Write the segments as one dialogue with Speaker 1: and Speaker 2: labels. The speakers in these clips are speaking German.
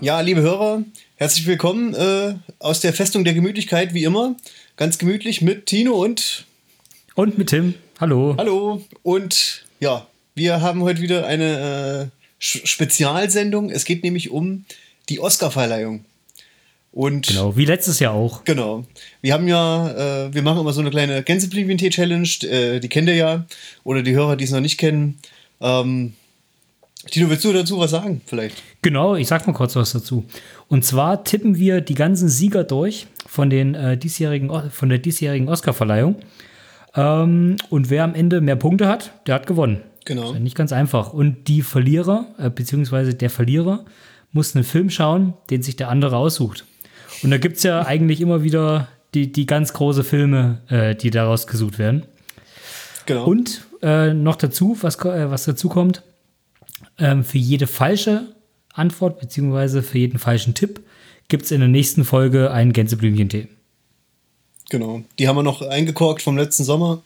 Speaker 1: Ja, liebe Hörer, herzlich willkommen äh, aus der Festung der Gemütlichkeit, wie immer. Ganz gemütlich mit Tino und.
Speaker 2: Und mit Tim. Hallo.
Speaker 1: Hallo. Und ja, wir haben heute wieder eine äh, Sch- Spezialsendung. Es geht nämlich um die Oscarverleihung. Und genau.
Speaker 2: Genau, wie letztes Jahr auch.
Speaker 1: wir haben ja, äh, wir machen immer so eine kleine Gänseblümchen-Tee-Challenge, äh, die kennt ihr ja. Oder die Hörer, die es noch nicht kennen. Ähm, Tino, willst du dazu was sagen? Vielleicht.
Speaker 2: Genau, ich sag mal kurz was dazu. Und zwar tippen wir die ganzen Sieger durch von, den, äh, diesjährigen, O- von der diesjährigen Oscarverleihung. Ähm, und wer am Ende mehr Punkte hat, der hat gewonnen.
Speaker 1: Genau.
Speaker 2: Ist ja nicht ganz einfach. Und die Verlierer, äh, beziehungsweise der Verlierer, muss einen Film schauen, den sich der andere aussucht. Und da gibt es ja eigentlich immer wieder die, die ganz große Filme, äh, die daraus gesucht werden.
Speaker 1: Genau.
Speaker 2: Und äh, noch dazu, was, ko- äh, was dazu kommt, ähm, für jede falsche Antwort beziehungsweise für jeden falschen Tipp gibt es in der nächsten Folge einen Gänseblümchen-Tee.
Speaker 1: Genau. Die haben wir noch eingekorkt vom letzten Sommer.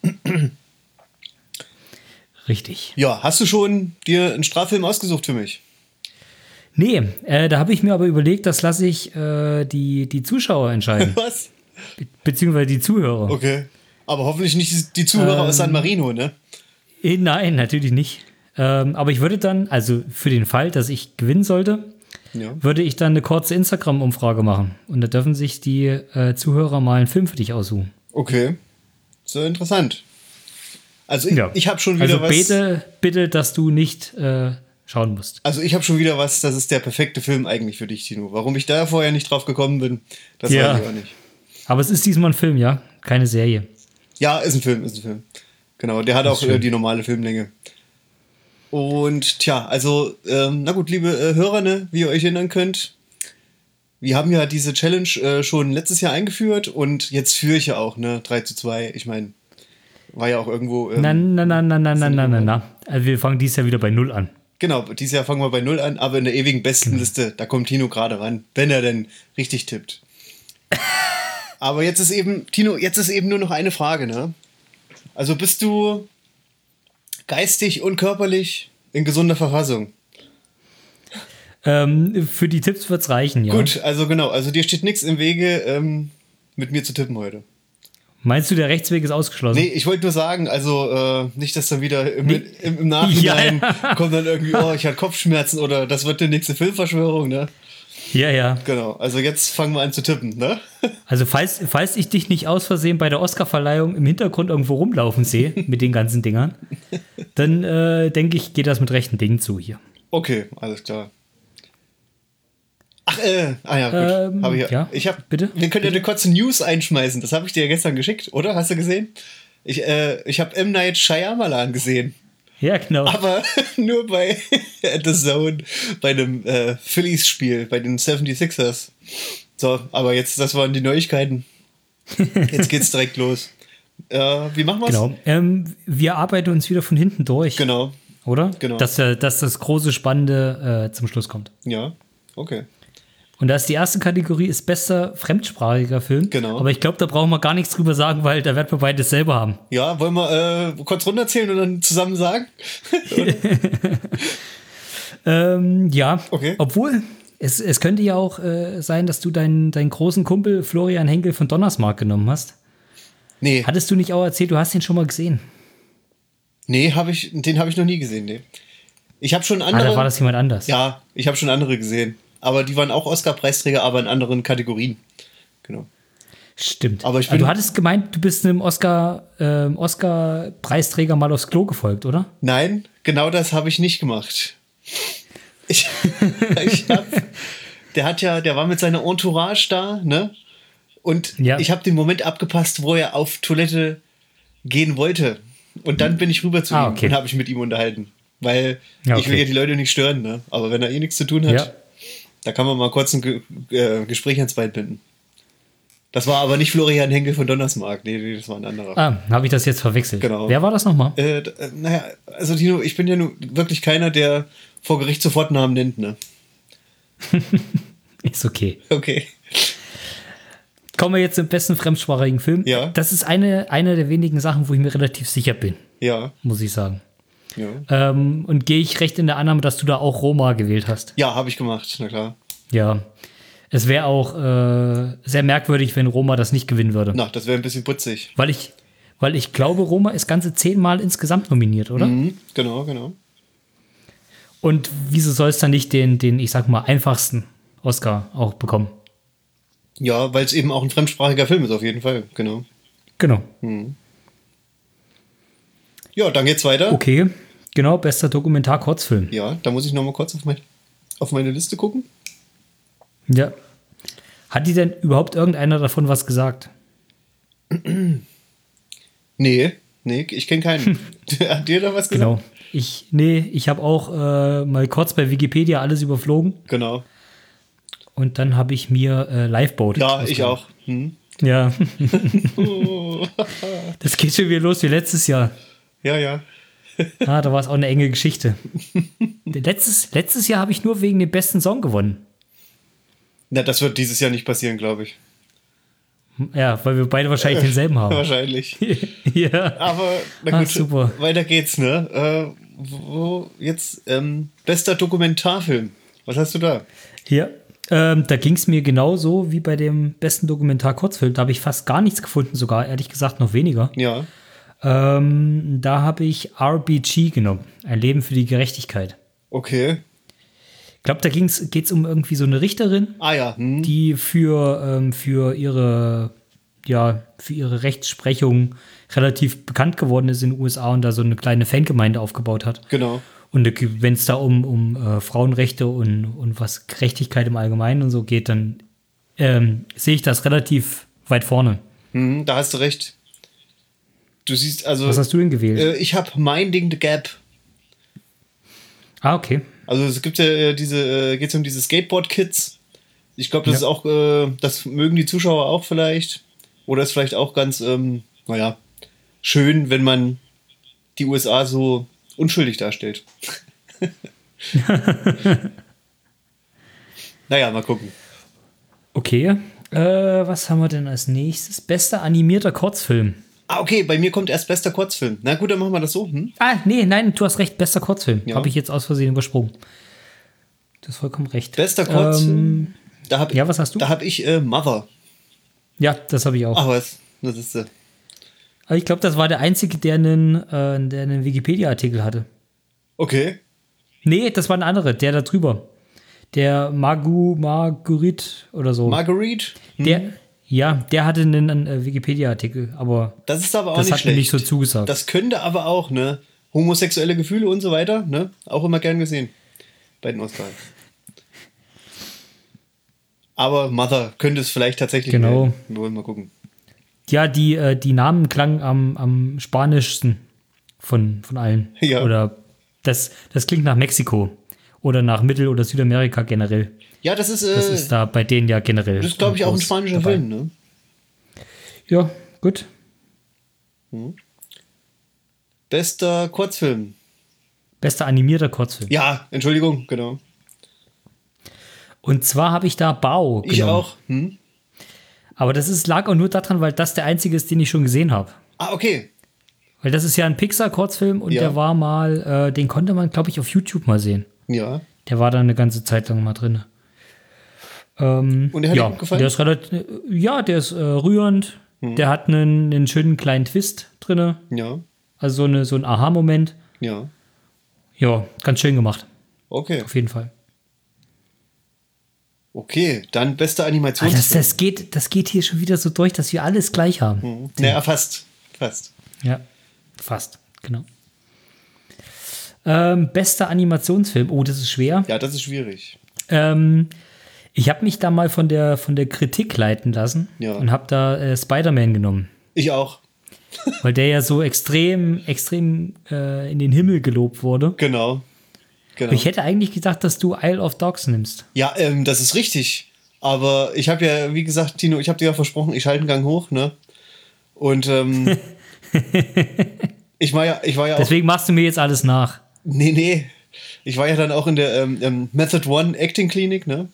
Speaker 2: Richtig.
Speaker 1: Ja, hast du schon dir einen Straffilm ausgesucht für mich?
Speaker 2: Nee, äh, da habe ich mir aber überlegt, das lasse ich äh, die, die Zuschauer entscheiden,
Speaker 1: Was?
Speaker 2: beziehungsweise die Zuhörer.
Speaker 1: Okay. Aber hoffentlich nicht die- die Zuhörer aus
Speaker 2: Ähm.
Speaker 1: San Marino, ne?
Speaker 2: Eh, Nein, natürlich nicht. Ähm, aber ich würde dann, also für den Fall, dass ich gewinnen sollte,
Speaker 1: Ja.
Speaker 2: würde ich dann eine kurze Instagram-Umfrage machen. Und da dürfen sich die äh, Zuhörer mal einen Film für dich aussuchen.
Speaker 1: Okay. So interessant. Also ich, ich habe schon wieder
Speaker 2: also
Speaker 1: was.
Speaker 2: Bitte, bitte, dass du nicht äh, schauen musst.
Speaker 1: Also ich habe schon wieder was, das ist der perfekte Film eigentlich für dich, Tino. Warum ich da vorher nicht drauf gekommen bin, das
Speaker 2: Ja.
Speaker 1: weiß ich auch nicht.
Speaker 2: Aber es ist diesmal ein Film, ja? Keine Serie.
Speaker 1: Ja, ist ein Film, ist ein Film. Genau, der hat auch äh, die normale Filmlänge. Und tja, also, ähm, na gut, liebe äh, Hörer, ne, wie ihr euch erinnern könnt, wir haben ja diese Challenge äh, schon letztes Jahr eingeführt und jetzt führe ich ja auch, ne, 3 zu 2. Ich meine, war ja auch irgendwo. Ähm,
Speaker 2: Na, na, na, na, na, na, na, na, na. Also wir fangen dieses Jahr wieder bei Null an.
Speaker 1: Genau, dieses Jahr fangen wir bei Null an, aber in der ewigen Bestenliste, da kommt Tino gerade ran, wenn er denn richtig tippt. aber jetzt ist eben, Tino, jetzt ist eben nur noch eine Frage, ne? Also bist du geistig und körperlich in gesunder Verfassung?
Speaker 2: Ähm, für die Tipps wird's reichen, ja.
Speaker 1: Gut, also genau, also dir steht nichts im Wege, ähm, mit mir zu tippen heute.
Speaker 2: Meinst du, der Rechtsweg ist ausgeschlossen?
Speaker 1: Nee, ich wollte nur sagen, also äh, nicht, dass dann wieder im, im, im Nachhinein kommt dann irgendwie, oh, ich hatte Kopfschmerzen oder das wird die nächste Filmverschwörung, ne?
Speaker 2: Ja, ja.
Speaker 1: Genau, also jetzt fangen wir an zu tippen, ne?
Speaker 2: Also falls, falls ich dich nicht aus Versehen bei der Oscarverleihung im Hintergrund irgendwo rumlaufen sehe mit den ganzen Dingern, dann äh, denke ich, geht das mit rechten Dingen zu hier.
Speaker 1: Okay, alles klar. Ach, äh, ah ja, gut.
Speaker 2: Ähm,
Speaker 1: hab ich, ja.
Speaker 2: ja,
Speaker 1: ich hab,
Speaker 2: bitte,
Speaker 1: Wir können ja eine kurze News einschmeißen. Das habe ich dir ja gestern geschickt, oder? Hast du gesehen? Ich, äh, ich habe M. Night Shyamalan gesehen.
Speaker 2: Ja, genau.
Speaker 1: Aber nur bei The Zone, bei einem äh, Phillies-Spiel, bei den 76ers. So, aber jetzt, das waren die Neuigkeiten. Jetzt geht's direkt los. Äh, wie machen wir's?
Speaker 2: Genau. Ähm, wir arbeiten uns wieder von hinten durch.
Speaker 1: Genau.
Speaker 2: Oder?
Speaker 1: Genau.
Speaker 2: Dass, äh, dass das große Spannende äh, zum Schluss kommt.
Speaker 1: Ja, okay.
Speaker 2: Und da ist die erste Kategorie ist bester fremdsprachiger Film.
Speaker 1: Genau.
Speaker 2: Aber ich glaube, da brauchen wir gar nichts drüber sagen, weil da werden wir beides selber haben.
Speaker 1: Ja, wollen wir äh, kurz runterzählen und dann zusammen sagen?
Speaker 2: Ähm, ja.
Speaker 1: Okay.
Speaker 2: Obwohl, es, es könnte ja auch äh, sein, dass du deinen, deinen großen Kumpel Florian Henkel von Donnersmark genommen hast.
Speaker 1: Nee,
Speaker 2: Hattest du nicht auch erzählt, du hast ihn schon mal gesehen?
Speaker 1: nee, hab ich, den habe ich noch nie gesehen. Nee. Ich habe schon
Speaker 2: Ah,
Speaker 1: andere.
Speaker 2: da war das jemand anders.
Speaker 1: ja, ich habe schon andere gesehen. Aber die waren auch Oscar-Preisträger, aber in anderen Kategorien. Genau.
Speaker 2: Stimmt.
Speaker 1: Aber ich
Speaker 2: Also
Speaker 1: bin-
Speaker 2: du hattest gemeint, du bist einem Oscar, ähm, Oscar-Preisträger mal aufs Klo gefolgt, oder?
Speaker 1: Nein, genau das habe ich nicht gemacht. Ich, ich hab, der hat ja, der war mit seiner Entourage da, ne? Und
Speaker 2: Ja.
Speaker 1: ich habe den Moment abgepasst, wo er auf Toilette gehen wollte. Und dann bin ich rüber zu
Speaker 2: Ah,
Speaker 1: ihm
Speaker 2: okay.
Speaker 1: und habe mich mit ihm unterhalten. Weil
Speaker 2: Ja,
Speaker 1: ich will
Speaker 2: okay.
Speaker 1: ja die Leute nicht stören, ne? Aber wenn er eh nichts zu tun hat,
Speaker 2: Ja.
Speaker 1: da kann man mal kurz ein Ge äh, Gespräch ans Bein binden. Das war aber nicht Florian Henkel von Donnersmark. Nee, nee, das war ein anderer.
Speaker 2: Ah, habe ich das jetzt verwechselt.
Speaker 1: Genau.
Speaker 2: Wer war das nochmal?
Speaker 1: Äh, d- äh, naja, also Tino, ich bin ja nun wirklich keiner, der vor Gericht sofort Namen nennt, ne?
Speaker 2: Ist okay.
Speaker 1: Okay.
Speaker 2: Kommen wir jetzt zum besten fremdsprachigen Film.
Speaker 1: Ja.
Speaker 2: Das ist eine, eine der wenigen Sachen, wo ich mir relativ sicher bin,
Speaker 1: Ja.
Speaker 2: muss ich sagen.
Speaker 1: Ja,
Speaker 2: Ähm, und gehe ich recht in der Annahme, dass du da auch Roma gewählt hast.
Speaker 1: ja habe ich gemacht, na klar.
Speaker 2: Ja. Es wäre auch äh, sehr merkwürdig, wenn Roma das nicht gewinnen würde.
Speaker 1: Na, das wäre ein bisschen putzig.
Speaker 2: Weil ich, weil ich glaube, Roma ist ganze zehnmal insgesamt nominiert, oder?
Speaker 1: Mhm, genau, genau.
Speaker 2: Und wieso soll es dann nicht den, den, ich sag mal, einfachsten Oscar auch bekommen?
Speaker 1: Ja, weil es eben auch ein fremdsprachiger Film ist, auf jeden Fall. Genau.
Speaker 2: Genau.
Speaker 1: Mhm. Ja, dann geht's weiter.
Speaker 2: Okay, genau, bester Dokumentar-Kurzfilm.
Speaker 1: Ja, da muss ich nochmal kurz auf, mein, auf meine Liste gucken.
Speaker 2: Ja. Hat die denn überhaupt irgendeiner davon was gesagt?
Speaker 1: Nee, nee, ich kenne keinen. Hat dir da was gesagt?
Speaker 2: Genau. Ich, nee, ich habe auch äh, mal kurz bei Wikipedia alles überflogen
Speaker 1: Genau.
Speaker 2: und dann habe ich mir äh, Lifeboat.
Speaker 1: Ja, ich
Speaker 2: ausgesucht.
Speaker 1: auch. Hm.
Speaker 2: Ja. das geht schon wieder los wie letztes Jahr.
Speaker 1: Ja, ja.
Speaker 2: Ah, da war es auch eine enge Geschichte. Letztes, letztes Jahr habe ich nur wegen dem besten Song gewonnen.
Speaker 1: Na, das wird dieses Jahr nicht passieren, glaube ich.
Speaker 2: Ja, weil wir beide wahrscheinlich denselben haben.
Speaker 1: Wahrscheinlich.
Speaker 2: ja.
Speaker 1: Aber na gut,
Speaker 2: Ach, Ah, super.
Speaker 1: weiter geht's, ne? Äh, wo jetzt ähm, bester Dokumentarfilm. Was hast du da?
Speaker 2: ja. Ähm, da ging es mir genauso wie bei dem besten Dokumentar-Kurzfilm. Da habe ich fast gar nichts gefunden, sogar ehrlich gesagt noch weniger.
Speaker 1: Ja.
Speaker 2: Ähm, da habe ich RBG genommen. Ein Leben für die Gerechtigkeit.
Speaker 1: Okay.
Speaker 2: Ich glaube, da geht es um irgendwie so eine Richterin,
Speaker 1: Ah ja. Hm.
Speaker 2: die für, ähm, für ihre ja, für ihre Rechtsprechung relativ bekannt geworden ist in den USA und da so eine kleine Fangemeinde aufgebaut hat.
Speaker 1: Genau.
Speaker 2: Und wenn es da um, um äh, Frauenrechte und, und was Gerechtigkeit im Allgemeinen und so geht, dann ähm, sehe ich das relativ weit vorne.
Speaker 1: Hm, da hast du recht. Du siehst also.
Speaker 2: Was hast du denn gewählt?
Speaker 1: äh, ich habe Minding the Gap.
Speaker 2: ah, okay.
Speaker 1: Also es gibt ja äh, diese, äh, geht es um diese Skateboard-Kids. Ich glaube, das ist auch, äh, das mögen die Zuschauer auch vielleicht. Oder ist vielleicht auch ganz, ähm, naja, schön, wenn man die USA so unschuldig darstellt. naja, mal gucken.
Speaker 2: Okay. Äh, was haben wir denn als nächstes? Bester animierter Kurzfilm.
Speaker 1: Ah, okay, bei mir kommt erst bester Kurzfilm. Na gut, dann machen wir das so. Hm?
Speaker 2: Ah, nee, nein, du hast recht. Bester Kurzfilm.
Speaker 1: Ja.
Speaker 2: Habe ich jetzt aus Versehen übersprungen. Du hast vollkommen recht.
Speaker 1: Bester Kurzfilm.
Speaker 2: Ähm,
Speaker 1: da hab,
Speaker 2: ja, was hast du?
Speaker 1: Da habe ich äh, Mother.
Speaker 2: ja, das habe ich auch.
Speaker 1: Ach was, das ist äh,
Speaker 2: Aber ich glaube, das war der einzige, der einen, äh, der einen Wikipedia-Artikel hatte.
Speaker 1: Okay.
Speaker 2: Nee, das war ein anderer, der da drüber. Der Magu Marguerite oder so.
Speaker 1: Marguerite,
Speaker 2: der, ja, der hatte einen, äh, Wikipedia-Artikel, aber
Speaker 1: das ist aber auch
Speaker 2: das
Speaker 1: nicht
Speaker 2: hat mir
Speaker 1: schlecht.
Speaker 2: nicht so zugesagt.
Speaker 1: Das könnte aber auch, ne? Homosexuelle Gefühle und so weiter, ne? Auch immer gern gesehen. Bei den Oscars. Aber Mother könnte es vielleicht tatsächlich.
Speaker 2: Genau.
Speaker 1: werden. Wir wollen mal gucken.
Speaker 2: ja, die, äh, die Namen klangen am, am spanischsten von, von allen.
Speaker 1: Ja.
Speaker 2: Oder das, das klingt nach Mexiko oder nach Mittel- oder Südamerika generell.
Speaker 1: Ja, das ist, äh, das
Speaker 2: Das ist
Speaker 1: ist,
Speaker 2: da bei denen ja generell.
Speaker 1: glaube ich, auch ein
Speaker 2: groß
Speaker 1: spanischer
Speaker 2: dabei.
Speaker 1: Film, ne?
Speaker 2: Ja, gut.
Speaker 1: Bester Kurzfilm.
Speaker 2: Bester animierter Kurzfilm.
Speaker 1: Ja, Entschuldigung, genau.
Speaker 2: Und zwar habe ich da Bao.
Speaker 1: Ich
Speaker 2: genommen.
Speaker 1: auch. Hm?
Speaker 2: Aber das ist, lag auch nur daran, weil das der einzige ist, den ich schon gesehen habe.
Speaker 1: Ah, okay.
Speaker 2: Weil das ist ja ein Pixar-Kurzfilm und
Speaker 1: Ja.
Speaker 2: der war mal, äh, den konnte man, glaube ich, auf YouTube mal sehen.
Speaker 1: Ja.
Speaker 2: Der war da eine ganze Zeit lang mal drin. Ähm,
Speaker 1: Und der hat
Speaker 2: ja,
Speaker 1: dir gut gefallen? Mhm.
Speaker 2: Der ist relativ, ja, der ist äh, rührend. Der hat einen, einen schönen kleinen Twist drin.
Speaker 1: Ja.
Speaker 2: Also so, eine, so ein Aha-Moment.
Speaker 1: Ja.
Speaker 2: Ja, ganz schön gemacht,
Speaker 1: Okay.
Speaker 2: auf jeden Fall.
Speaker 1: Okay, dann bester
Speaker 2: Ah, das,
Speaker 1: Animationsfilm.
Speaker 2: das, geht, das geht hier schon wieder so durch, dass wir alles gleich haben.
Speaker 1: Mhm. naja, fast. Fast.
Speaker 2: Ja, fast, genau. Ähm, bester Animationsfilm. Oh, das ist schwer.
Speaker 1: Ja, das ist schwierig.
Speaker 2: Ähm, ich habe mich da mal von der, von der Kritik leiten lassen
Speaker 1: Ja.
Speaker 2: und habe da äh, Spider-Man genommen,
Speaker 1: Ich auch.
Speaker 2: weil der ja so extrem, extrem äh, in den Himmel gelobt wurde.
Speaker 1: Genau. Genau.
Speaker 2: Ich hätte eigentlich gedacht, dass du Isle of Dogs nimmst.
Speaker 1: Ja, ähm, das ist richtig. Aber ich habe ja, wie gesagt, Tino, ich habe dir ja versprochen, ich halte einen Gang hoch, ne? Und ähm, ich war ja, ich war ja auch.
Speaker 2: Deswegen machst du mir jetzt alles nach.
Speaker 1: Nee, nee. Ich war ja dann auch in der ähm, ähm, Method One Acting Klinik, ne?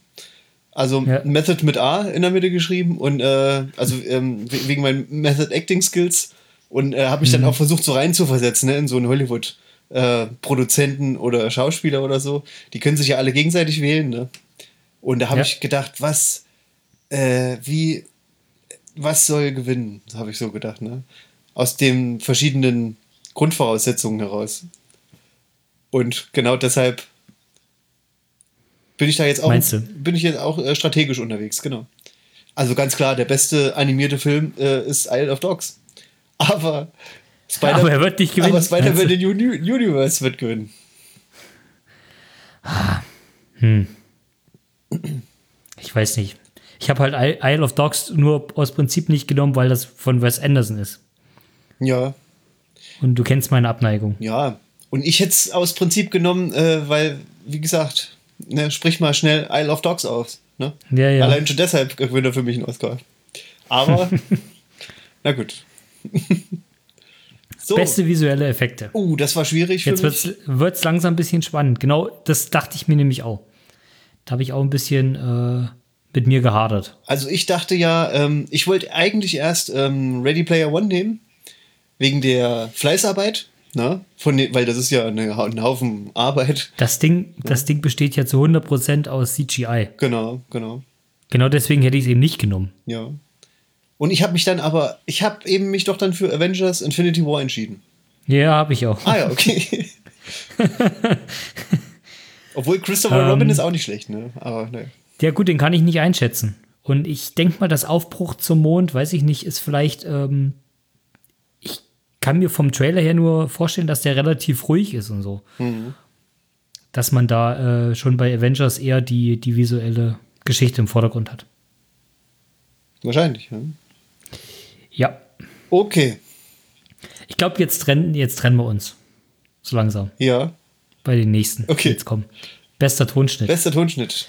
Speaker 1: Also
Speaker 2: Ja.
Speaker 1: Method mit A in der Mitte geschrieben und äh, also ähm, we- wegen meinen Method Acting Skills und äh, habe mich
Speaker 2: Mhm.
Speaker 1: dann auch versucht so reinzuversetzen ne, in so einen Hollywood äh, Produzenten oder Schauspieler oder so. Die können sich ja alle gegenseitig wählen, ne? Und da habe
Speaker 2: Ja.
Speaker 1: ich gedacht, was, äh, wie, was soll gewinnen? Habe ich so gedacht, ne? Aus den verschiedenen Grundvoraussetzungen heraus. Und genau deshalb bin ich da jetzt auch,
Speaker 2: Meinst du?
Speaker 1: bin ich jetzt auch äh, strategisch unterwegs, genau. Also ganz klar, der beste animierte Film äh, ist Isle of Dogs. Aber Spider,
Speaker 2: Aber er wird nicht gewinnen, Also,
Speaker 1: Aber
Speaker 2: meinst
Speaker 1: Spider-Man
Speaker 2: du?
Speaker 1: in Uni- Universe wird gewinnen.
Speaker 2: Ich weiß nicht. Ich habe halt I- Isle of Dogs nur aus Prinzip nicht genommen, weil das von Wes Anderson ist.
Speaker 1: Ja,
Speaker 2: Und du kennst meine Abneigung.
Speaker 1: ja. Und ich hätte es aus Prinzip genommen, äh, weil, wie gesagt, ne, sprich mal schnell Isle of Dogs aus. Ne?
Speaker 2: Ja, ja.
Speaker 1: Allein schon deshalb gewinnt er für mich einen Oscar. Aber, na gut. so.
Speaker 2: Beste visuelle Effekte.
Speaker 1: Oh, das war schwierig für
Speaker 2: Jetzt
Speaker 1: mich.
Speaker 2: wird's wird's langsam ein bisschen spannend. Genau, das dachte ich mir nämlich auch. Da habe ich auch ein bisschen äh, mit mir gehadert.
Speaker 1: Also ich dachte ja, ähm, ich wollte eigentlich erst ähm, Ready Player One nehmen, wegen der Fleißarbeit, ne? Von den, weil das ist ja eine, ein Haufen Arbeit.
Speaker 2: Das Ding, das Ding besteht ja zu 100% aus CGI.
Speaker 1: Genau, genau,
Speaker 2: Genau deswegen hätte ich es eben nicht genommen.
Speaker 1: ja. Und ich habe mich dann aber, ich habe eben mich doch dann für Avengers Infinity War entschieden.
Speaker 2: Ja, habe ich auch.
Speaker 1: Ah ja, okay. Obwohl Christopher
Speaker 2: Ähm.
Speaker 1: Robin ist auch nicht schlecht, ne? Aber ne.
Speaker 2: Ja, gut, den kann ich nicht einschätzen. Und ich denke mal, das Aufbruch zum Mond, weiß ich nicht, ist vielleicht. Ähm, ich kann mir vom Trailer her nur vorstellen, dass der relativ ruhig ist und so. Dass man da äh, schon bei Avengers eher die, die visuelle Geschichte im Vordergrund hat.
Speaker 1: Wahrscheinlich, ja.
Speaker 2: Ja.
Speaker 1: Okay,
Speaker 2: Ich glaube, jetzt trennen, jetzt trennen wir uns. So langsam.
Speaker 1: ja.
Speaker 2: Bei den nächsten. die
Speaker 1: Okay.
Speaker 2: Jetzt kommen. Bester Tonschnitt.
Speaker 1: Bester Tonschnitt.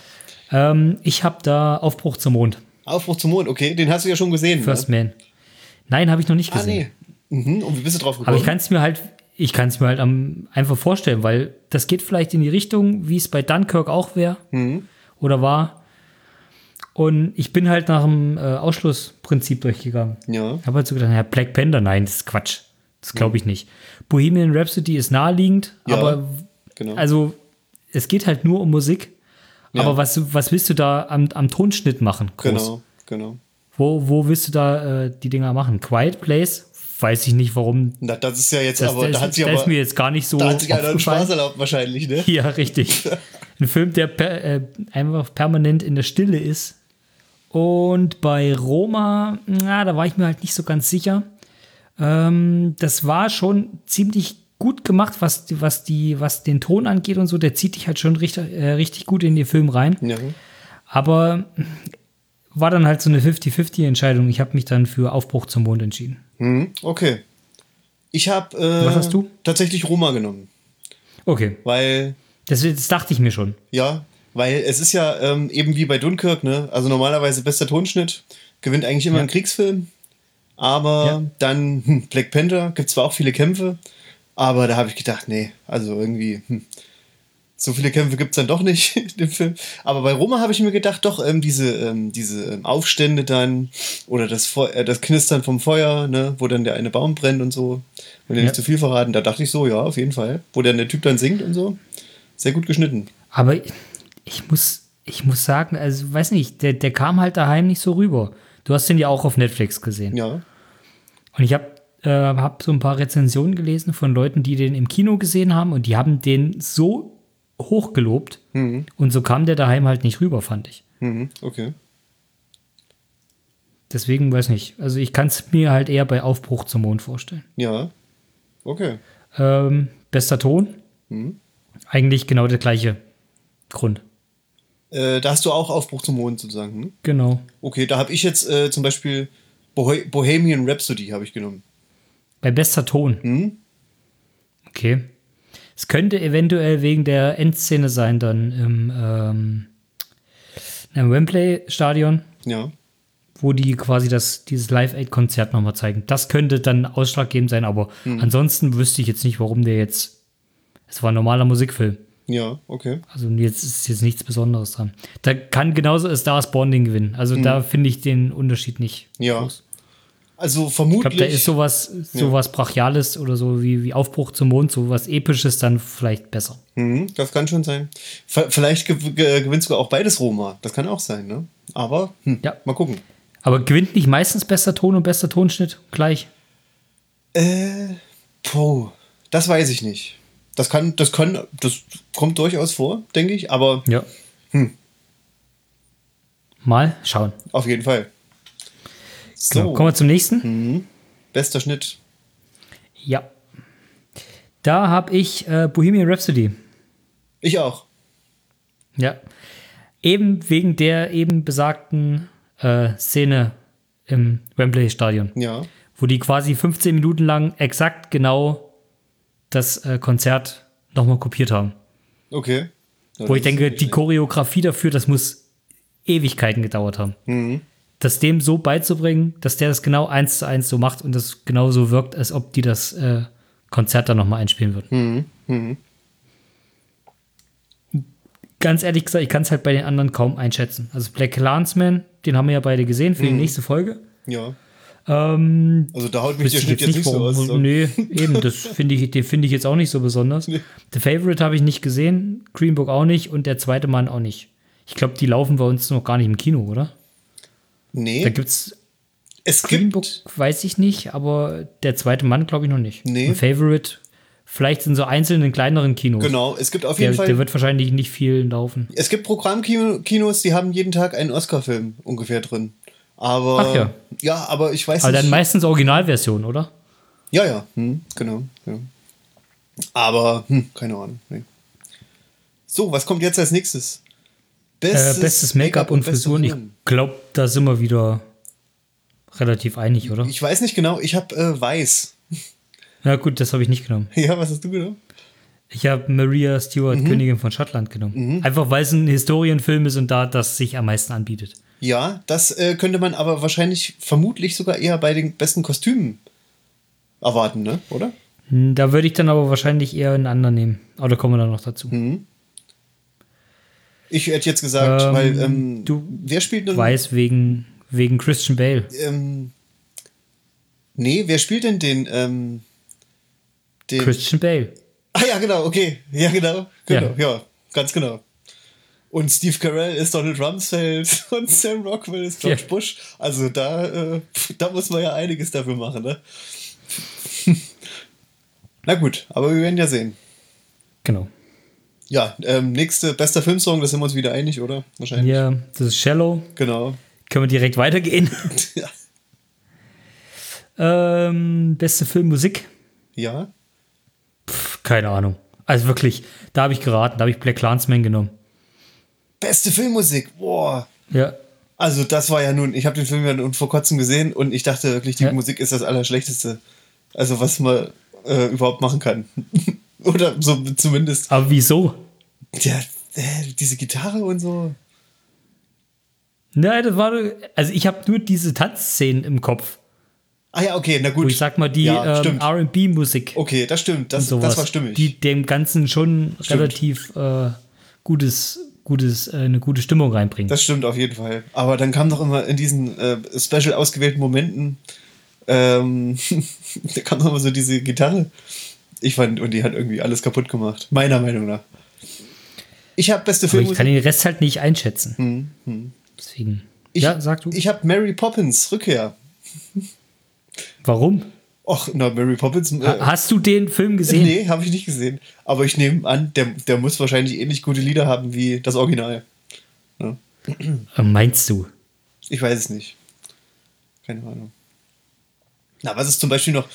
Speaker 2: ähm, ich habe da Aufbruch zum Mond.
Speaker 1: Aufbruch zum Mond, okay, den hast du ja schon gesehen. ne?
Speaker 2: First Man. Nein, habe ich noch nicht
Speaker 1: Ah,
Speaker 2: gesehen.
Speaker 1: nee. Mhm. Und wie bist du drauf gekommen?
Speaker 2: Aber ich kann es mir halt, ich kann es mir halt am, einfach vorstellen, weil das geht vielleicht in die Richtung, wie es bei Dunkirk auch wäre
Speaker 1: Mhm.
Speaker 2: oder war. Und ich bin halt nach dem äh, Ausschlussprinzip durchgegangen.
Speaker 1: Ja.
Speaker 2: Ich habe halt so gedacht, ja, Black Panther, nein, das ist Quatsch. Das glaube ich nicht. Bohemian Rhapsody ist naheliegend,
Speaker 1: Mhm. Ja,
Speaker 2: aber
Speaker 1: genau.
Speaker 2: also es geht halt nur um Musik.
Speaker 1: Ja.
Speaker 2: Aber was, was willst du da am, am Tonschnitt machen? Groß?
Speaker 1: Genau, genau.
Speaker 2: Wo, wo willst du da äh, die Dinger machen? Quiet Place? Weiß ich nicht, warum
Speaker 1: Na, das ist ja jetzt
Speaker 2: das,
Speaker 1: aber,
Speaker 2: das,
Speaker 1: da hat sich
Speaker 2: das
Speaker 1: aber,
Speaker 2: ist mir jetzt gar nicht so
Speaker 1: da hat sich einer einen Spaß
Speaker 2: aufgefallen.
Speaker 1: erlaubt wahrscheinlich, ne?
Speaker 2: Ja, richtig. Ein Film, der per, äh, einfach permanent in der Stille ist. Und bei Roma, na, da war ich mir halt nicht so ganz sicher. Ähm, das war schon ziemlich gut gemacht, was, die- was, die, was den Ton angeht und so. Der zieht dich halt schon richtig, äh, richtig gut in den Film rein.
Speaker 1: Ja.
Speaker 2: Aber war dann halt so eine 50-50-Entscheidung. Ich habe mich dann für Aufbruch zum Mond entschieden.
Speaker 1: Hm, okay. Ich habe äh,
Speaker 2: Was hast du?
Speaker 1: tatsächlich Roma genommen,
Speaker 2: Okay,
Speaker 1: weil
Speaker 2: das, das dachte ich mir schon.
Speaker 1: ja, weil es ist ja ähm, eben wie bei Dunkirk, ne? Also normalerweise bester Tonschnitt gewinnt eigentlich immer ein Kriegsfilm, aber
Speaker 2: Ja.
Speaker 1: dann hm, Black Panther gibt zwar auch viele Kämpfe, aber da habe ich gedacht, nee, also irgendwie hm, so viele Kämpfe gibt es dann doch nicht in dem Film. Aber bei Roma habe ich mir gedacht, doch, ähm, diese, ähm, diese ähm, Aufstände dann oder das, Feu äh, das Knistern vom Feuer, ne, wo dann der eine Baum brennt und so. Wenn wir
Speaker 2: Ja.
Speaker 1: nicht zu viel verraten, da dachte ich so, ja, auf jeden Fall. Wo dann der Typ dann singt und so. Sehr gut geschnitten.
Speaker 2: Aber ich, ich muss, ich muss sagen, also weiß nicht, der, der kam halt daheim nicht so rüber. Du hast den ja auch auf Netflix gesehen.
Speaker 1: Ja.
Speaker 2: Und ich habe äh, hab so ein paar Rezensionen gelesen von Leuten, die den im Kino gesehen haben und die haben den so hoch gelobt. Und so kam der daheim halt nicht rüber, fand ich.
Speaker 1: Mhm, okay.
Speaker 2: Deswegen weiß nicht. Also ich kann es mir halt eher bei Aufbruch zum Mond vorstellen.
Speaker 1: Ja. Okay.
Speaker 2: Ähm, bester Ton? Eigentlich genau der gleiche Grund.
Speaker 1: Äh, da hast du auch Aufbruch zum Mond sozusagen. Hm?
Speaker 2: Genau.
Speaker 1: Okay, da habe ich jetzt äh, zum Beispiel Bohe Bohemian Rhapsody habe ich genommen.
Speaker 2: Bei bester Ton. Okay. Es könnte eventuell wegen der Endszene sein, dann im, ähm, im Wembley-Stadion,
Speaker 1: Ja.
Speaker 2: wo die quasi das, dieses Live-Aid-Konzert nochmal zeigen. Das könnte dann ausschlaggebend sein, aber ansonsten wüsste ich jetzt nicht, warum der jetzt. Es war ein normaler Musikfilm.
Speaker 1: Ja, okay.
Speaker 2: Also jetzt ist jetzt nichts Besonderes dran. Mhm. Da kann genauso A Star is Born den gewinnen. Also da finde ich den Unterschied nicht
Speaker 1: Ja.
Speaker 2: groß.
Speaker 1: Also vermutlich.
Speaker 2: Ich glaube, da ist sowas, sowas Brachiales oder so wie, wie Aufbruch zum Mond, sowas Episches dann vielleicht besser.
Speaker 1: Mhm, das kann schon sein. V vielleicht ge ge gewinnt sogar auch beides Roma. Das kann auch sein, ne? Aber hm,
Speaker 2: Ja.
Speaker 1: mal gucken.
Speaker 2: Aber gewinnt nicht meistens bester Ton und bester Tonschnitt gleich?
Speaker 1: Äh, puh, das weiß ich nicht. Das kann, das kann, das kommt durchaus vor, denke ich, aber
Speaker 2: Ja.
Speaker 1: Hm.
Speaker 2: Mal schauen.
Speaker 1: auf jeden Fall. So,
Speaker 2: Genau. Kommen wir zum nächsten.
Speaker 1: bester Schnitt.
Speaker 2: Ja. Da habe ich äh, Bohemian Rhapsody.
Speaker 1: Ich auch.
Speaker 2: Ja. Eben wegen der eben besagten äh, Szene im Wembley Stadion,
Speaker 1: Ja.
Speaker 2: wo die quasi 15 Minuten lang exakt genau das äh, Konzert nochmal kopiert haben.
Speaker 1: Okay. Ja,
Speaker 2: Wo ich
Speaker 1: das ist
Speaker 2: denke,
Speaker 1: nicht
Speaker 2: die Choreografie dafür, das muss Ewigkeiten gedauert haben. Das dem so beizubringen, dass der das genau eins zu eins so macht und das genau so wirkt, als ob die das äh, Konzert dann nochmal einspielen würden. Ganz ehrlich gesagt, ich kann es halt bei den anderen kaum einschätzen. Also Black Clansman, den haben wir ja beide gesehen für die nächste Folge.
Speaker 1: schlecht. Ja.
Speaker 2: Ähm,
Speaker 1: Also da haut mich
Speaker 2: Wüsste
Speaker 1: der
Speaker 2: ich
Speaker 1: Schnitt jetzt nicht
Speaker 2: jetzt nicht,
Speaker 1: so
Speaker 2: warum.
Speaker 1: aus. So.
Speaker 2: Nee, eben, das finde ich, den finde ich jetzt auch nicht so besonders. The Favorite habe ich nicht gesehen, Green Book auch nicht und der zweite Mann auch nicht. Ich glaube, die laufen bei uns noch gar nicht im Kino, oder? Da
Speaker 1: Nee,
Speaker 2: gibt's
Speaker 1: es
Speaker 2: Green Book,
Speaker 1: gibt.
Speaker 2: weiß ich nicht, aber der zweite Mann glaube ich noch nicht.
Speaker 1: Nee.
Speaker 2: Und Favorite vielleicht in so einzelnen kleineren Kinos.
Speaker 1: Genau, es gibt auf
Speaker 2: Der,
Speaker 1: jeden
Speaker 2: der
Speaker 1: Fall.
Speaker 2: wird wahrscheinlich nicht viel laufen.
Speaker 1: Es gibt Programmkinos, die haben jeden Tag einen Oscar-Film ungefähr drin. Aber.
Speaker 2: Ach ja.
Speaker 1: Ja, aber ich weiß
Speaker 2: Aber
Speaker 1: nicht.
Speaker 2: dann meistens Originalversion, oder?
Speaker 1: Ja, ja, hm, genau. Ja. Aber, hm, keine Ahnung. Nee. So, was kommt jetzt als nächstes?
Speaker 2: Bestes, äh, bestes Make-up
Speaker 1: Make-up
Speaker 2: und
Speaker 1: beste
Speaker 2: Frisuren. Ich
Speaker 1: Frisuren.
Speaker 2: glaube, da sind wir wieder relativ einig, oder?
Speaker 1: Ich weiß nicht genau, ich habe äh, weiß.
Speaker 2: Na gut, das habe ich nicht genommen.
Speaker 1: Ja, was hast du genommen?
Speaker 2: Ich habe Maria Stewart, Königin von Schottland, genommen. Einfach weil es ein Historienfilm ist und da das sich am meisten anbietet.
Speaker 1: Ja, das äh, könnte man aber wahrscheinlich vermutlich sogar eher bei den besten Kostümen erwarten, ne? Oder?
Speaker 2: Hm, Da würde ich dann aber wahrscheinlich eher einen anderen nehmen. Aber da kommen wir dann noch dazu.
Speaker 1: Ich hätte jetzt gesagt,
Speaker 2: Ähm,
Speaker 1: weil ähm,
Speaker 2: du
Speaker 1: wer spielt denn
Speaker 2: Weiß wegen, wegen Christian Bale.
Speaker 1: Ähm, nee, wer spielt denn den ähm, den
Speaker 2: Christian Bale.
Speaker 1: Ah ja, genau, okay. Ja, genau. Genau,
Speaker 2: Ja.
Speaker 1: ja, ganz genau. Und Steve Carell ist Donald Rumsfeld und Sam Rockwell ist George
Speaker 2: Ja.
Speaker 1: Bush. Also da, äh, da muss man ja einiges dafür machen, ne? Na gut, aber wir werden ja sehen.
Speaker 2: Genau.
Speaker 1: Ja, ähm, nächste bester Filmsong, da sind wir uns wieder einig, oder? Wahrscheinlich.
Speaker 2: Ja, das ist Shallow.
Speaker 1: Genau.
Speaker 2: Können wir direkt weitergehen. ähm, beste Filmmusik?
Speaker 1: ja.
Speaker 2: Pff, keine Ahnung. Also wirklich, da habe ich geraten. Da habe ich Black Clansman genommen.
Speaker 1: Beste Filmmusik. Boah.
Speaker 2: Ja,
Speaker 1: Also das war ja nun, ich habe den Film ja nun vor kurzem gesehen und ich dachte wirklich, die
Speaker 2: Ja.
Speaker 1: Musik ist das Allerschlechteste. Also was man äh, überhaupt machen kann. Oder so zumindest.
Speaker 2: aber wieso?
Speaker 1: Ja, äh, diese Gitarre und so.
Speaker 2: Nein, das war. Also, ich habe nur diese Tanzszenen im Kopf,
Speaker 1: Ah ja, okay, na gut.
Speaker 2: wo ich sag mal die
Speaker 1: ja,
Speaker 2: ähm,
Speaker 1: stimmt.
Speaker 2: RB-Musik.
Speaker 1: Okay, das stimmt. Das,
Speaker 2: sowas,
Speaker 1: das war stimmig.
Speaker 2: Die dem Ganzen schon relativ äh, gutes, gutes, äh, eine gute Stimmung reinbringen.
Speaker 1: das stimmt auf jeden Fall. Aber dann kam doch immer in diesen äh, special ausgewählten Momenten, ähm, da kam doch immer so diese Gitarre. Ich fand, und die hat irgendwie alles kaputt gemacht. Meiner Meinung nach. Ich habe beste
Speaker 2: Aber ich
Speaker 1: Filmmusik.
Speaker 2: kann den Rest halt nicht einschätzen. Deswegen.
Speaker 1: Hm, Ich,
Speaker 2: ja, sag du.
Speaker 1: Ich habe Mary Poppins Rückkehr.
Speaker 2: Warum?
Speaker 1: Och, na, Mary Poppins. Äh,
Speaker 2: Ha- Hast du den Film gesehen?
Speaker 1: nee, habe ich nicht gesehen. Aber ich nehme an, der, der muss wahrscheinlich ähnlich gute Lieder haben wie das Original.
Speaker 2: Äh, Meinst du?
Speaker 1: Ich weiß es nicht. Keine Ahnung. Na, was ist zum Beispiel noch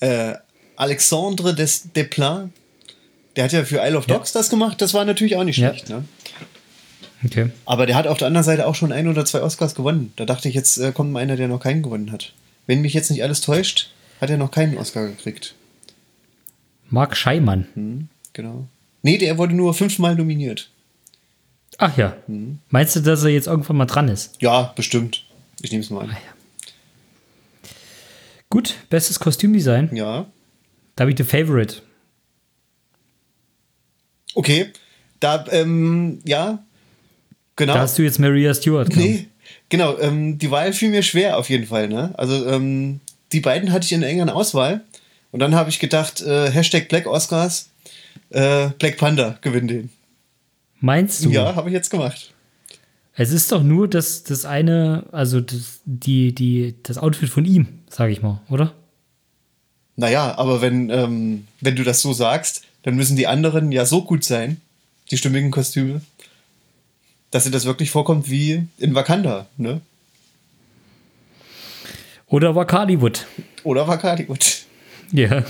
Speaker 1: äh, Alexandre Des Desplat? Der hat ja für Isle of Dogs das gemacht. Das war natürlich auch nicht
Speaker 2: Ja.
Speaker 1: schlecht. Ne?
Speaker 2: Okay.
Speaker 1: Aber der hat auf der anderen Seite auch schon ein oder zwei Oscars gewonnen. Da dachte ich, jetzt äh, kommt mal einer, der noch keinen gewonnen hat. Wenn mich jetzt nicht alles täuscht, hat er noch keinen Oscar gekriegt.
Speaker 2: Mark Scheimann.
Speaker 1: Genau. Nee, der wurde nur fünfmal nominiert.
Speaker 2: Ach ja.
Speaker 1: Hm.
Speaker 2: Meinst du, dass er jetzt irgendwann mal dran ist?
Speaker 1: Ja, bestimmt. Ich nehme es mal an.
Speaker 2: Gut, bestes Kostümdesign.
Speaker 1: Ja.
Speaker 2: Da habe ich The Favorite.
Speaker 1: Okay. Da, ähm, ja. Genau.
Speaker 2: Da hast du jetzt Maria Stewart. genommen.
Speaker 1: nee. Genau, ähm, die Wahl fiel mir schwer auf jeden Fall, ne? Also, ähm, die beiden hatte ich in der engeren Auswahl. Und dann habe ich gedacht, äh, Hashtag Black Oscars, äh, Black Panda gewinnt den.
Speaker 2: Meinst du?
Speaker 1: Ja, habe ich jetzt gemacht.
Speaker 2: Es ist doch nur das, das eine, also das, die, die, das Outfit von ihm, sage ich mal, oder?
Speaker 1: Naja, aber wenn, ähm, wenn du das so sagst, dann müssen die anderen ja so gut sein, die stimmigen Kostüme, dass dir das wirklich vorkommt wie in Wakanda, ne?
Speaker 2: Oder Wakaliwood.
Speaker 1: Oder Wakaliwood.
Speaker 2: Ja.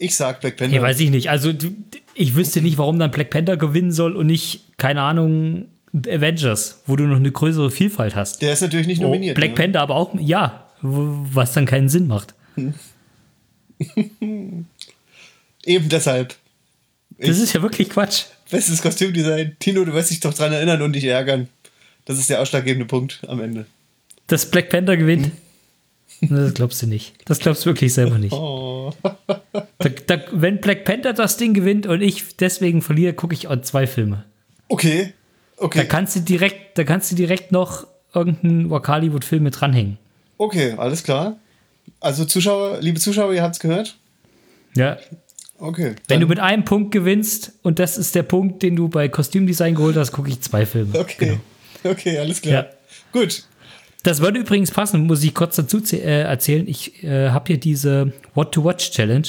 Speaker 1: Ich sag Black Panther.
Speaker 2: Ja, weiß ich nicht. Also d- d- ich wüsste nicht, warum dann Black Panther gewinnen soll und nicht, keine Ahnung, Avengers, wo du noch eine größere Vielfalt hast.
Speaker 1: der ist natürlich nicht nominiert.
Speaker 2: Oh, Black
Speaker 1: ne?
Speaker 2: Panther aber auch, ja, w- was dann keinen Sinn macht.
Speaker 1: Eben deshalb.
Speaker 2: Das ist ja wirklich Quatsch.
Speaker 1: Bestes Kostümdesign. Tino, du wirst dich doch dran erinnern und dich ärgern. Das ist der ausschlaggebende Punkt am Ende.
Speaker 2: Dass Black Panther gewinnt,
Speaker 1: Hm?
Speaker 2: das glaubst du nicht. Das glaubst du wirklich selber nicht.
Speaker 1: Oh.
Speaker 2: Da, da, wenn Black Panther das Ding gewinnt und ich deswegen verliere, gucke ich auch zwei Filme.
Speaker 1: Okay.
Speaker 2: Da
Speaker 1: Okay.
Speaker 2: kannst du direkt, da kannst du direkt noch irgendeinen Wakaliwood-Film mit dranhängen.
Speaker 1: Okay, alles klar. Also Zuschauer, liebe Zuschauer, ihr habt's gehört.
Speaker 2: Ja,
Speaker 1: Okay.
Speaker 2: Wenn du
Speaker 1: dann-
Speaker 2: mit einem Punkt gewinnst und das ist der Punkt, den du bei Kostümdesign geholt hast, gucke ich zwei Filme.
Speaker 1: okay. Okay, alles klar.
Speaker 2: Genau. Ja.
Speaker 1: Gut.
Speaker 2: Das würde übrigens passen, muss ich kurz dazu zäh- äh, erzählen. Ich äh, habe hier diese What to Watch Challenge,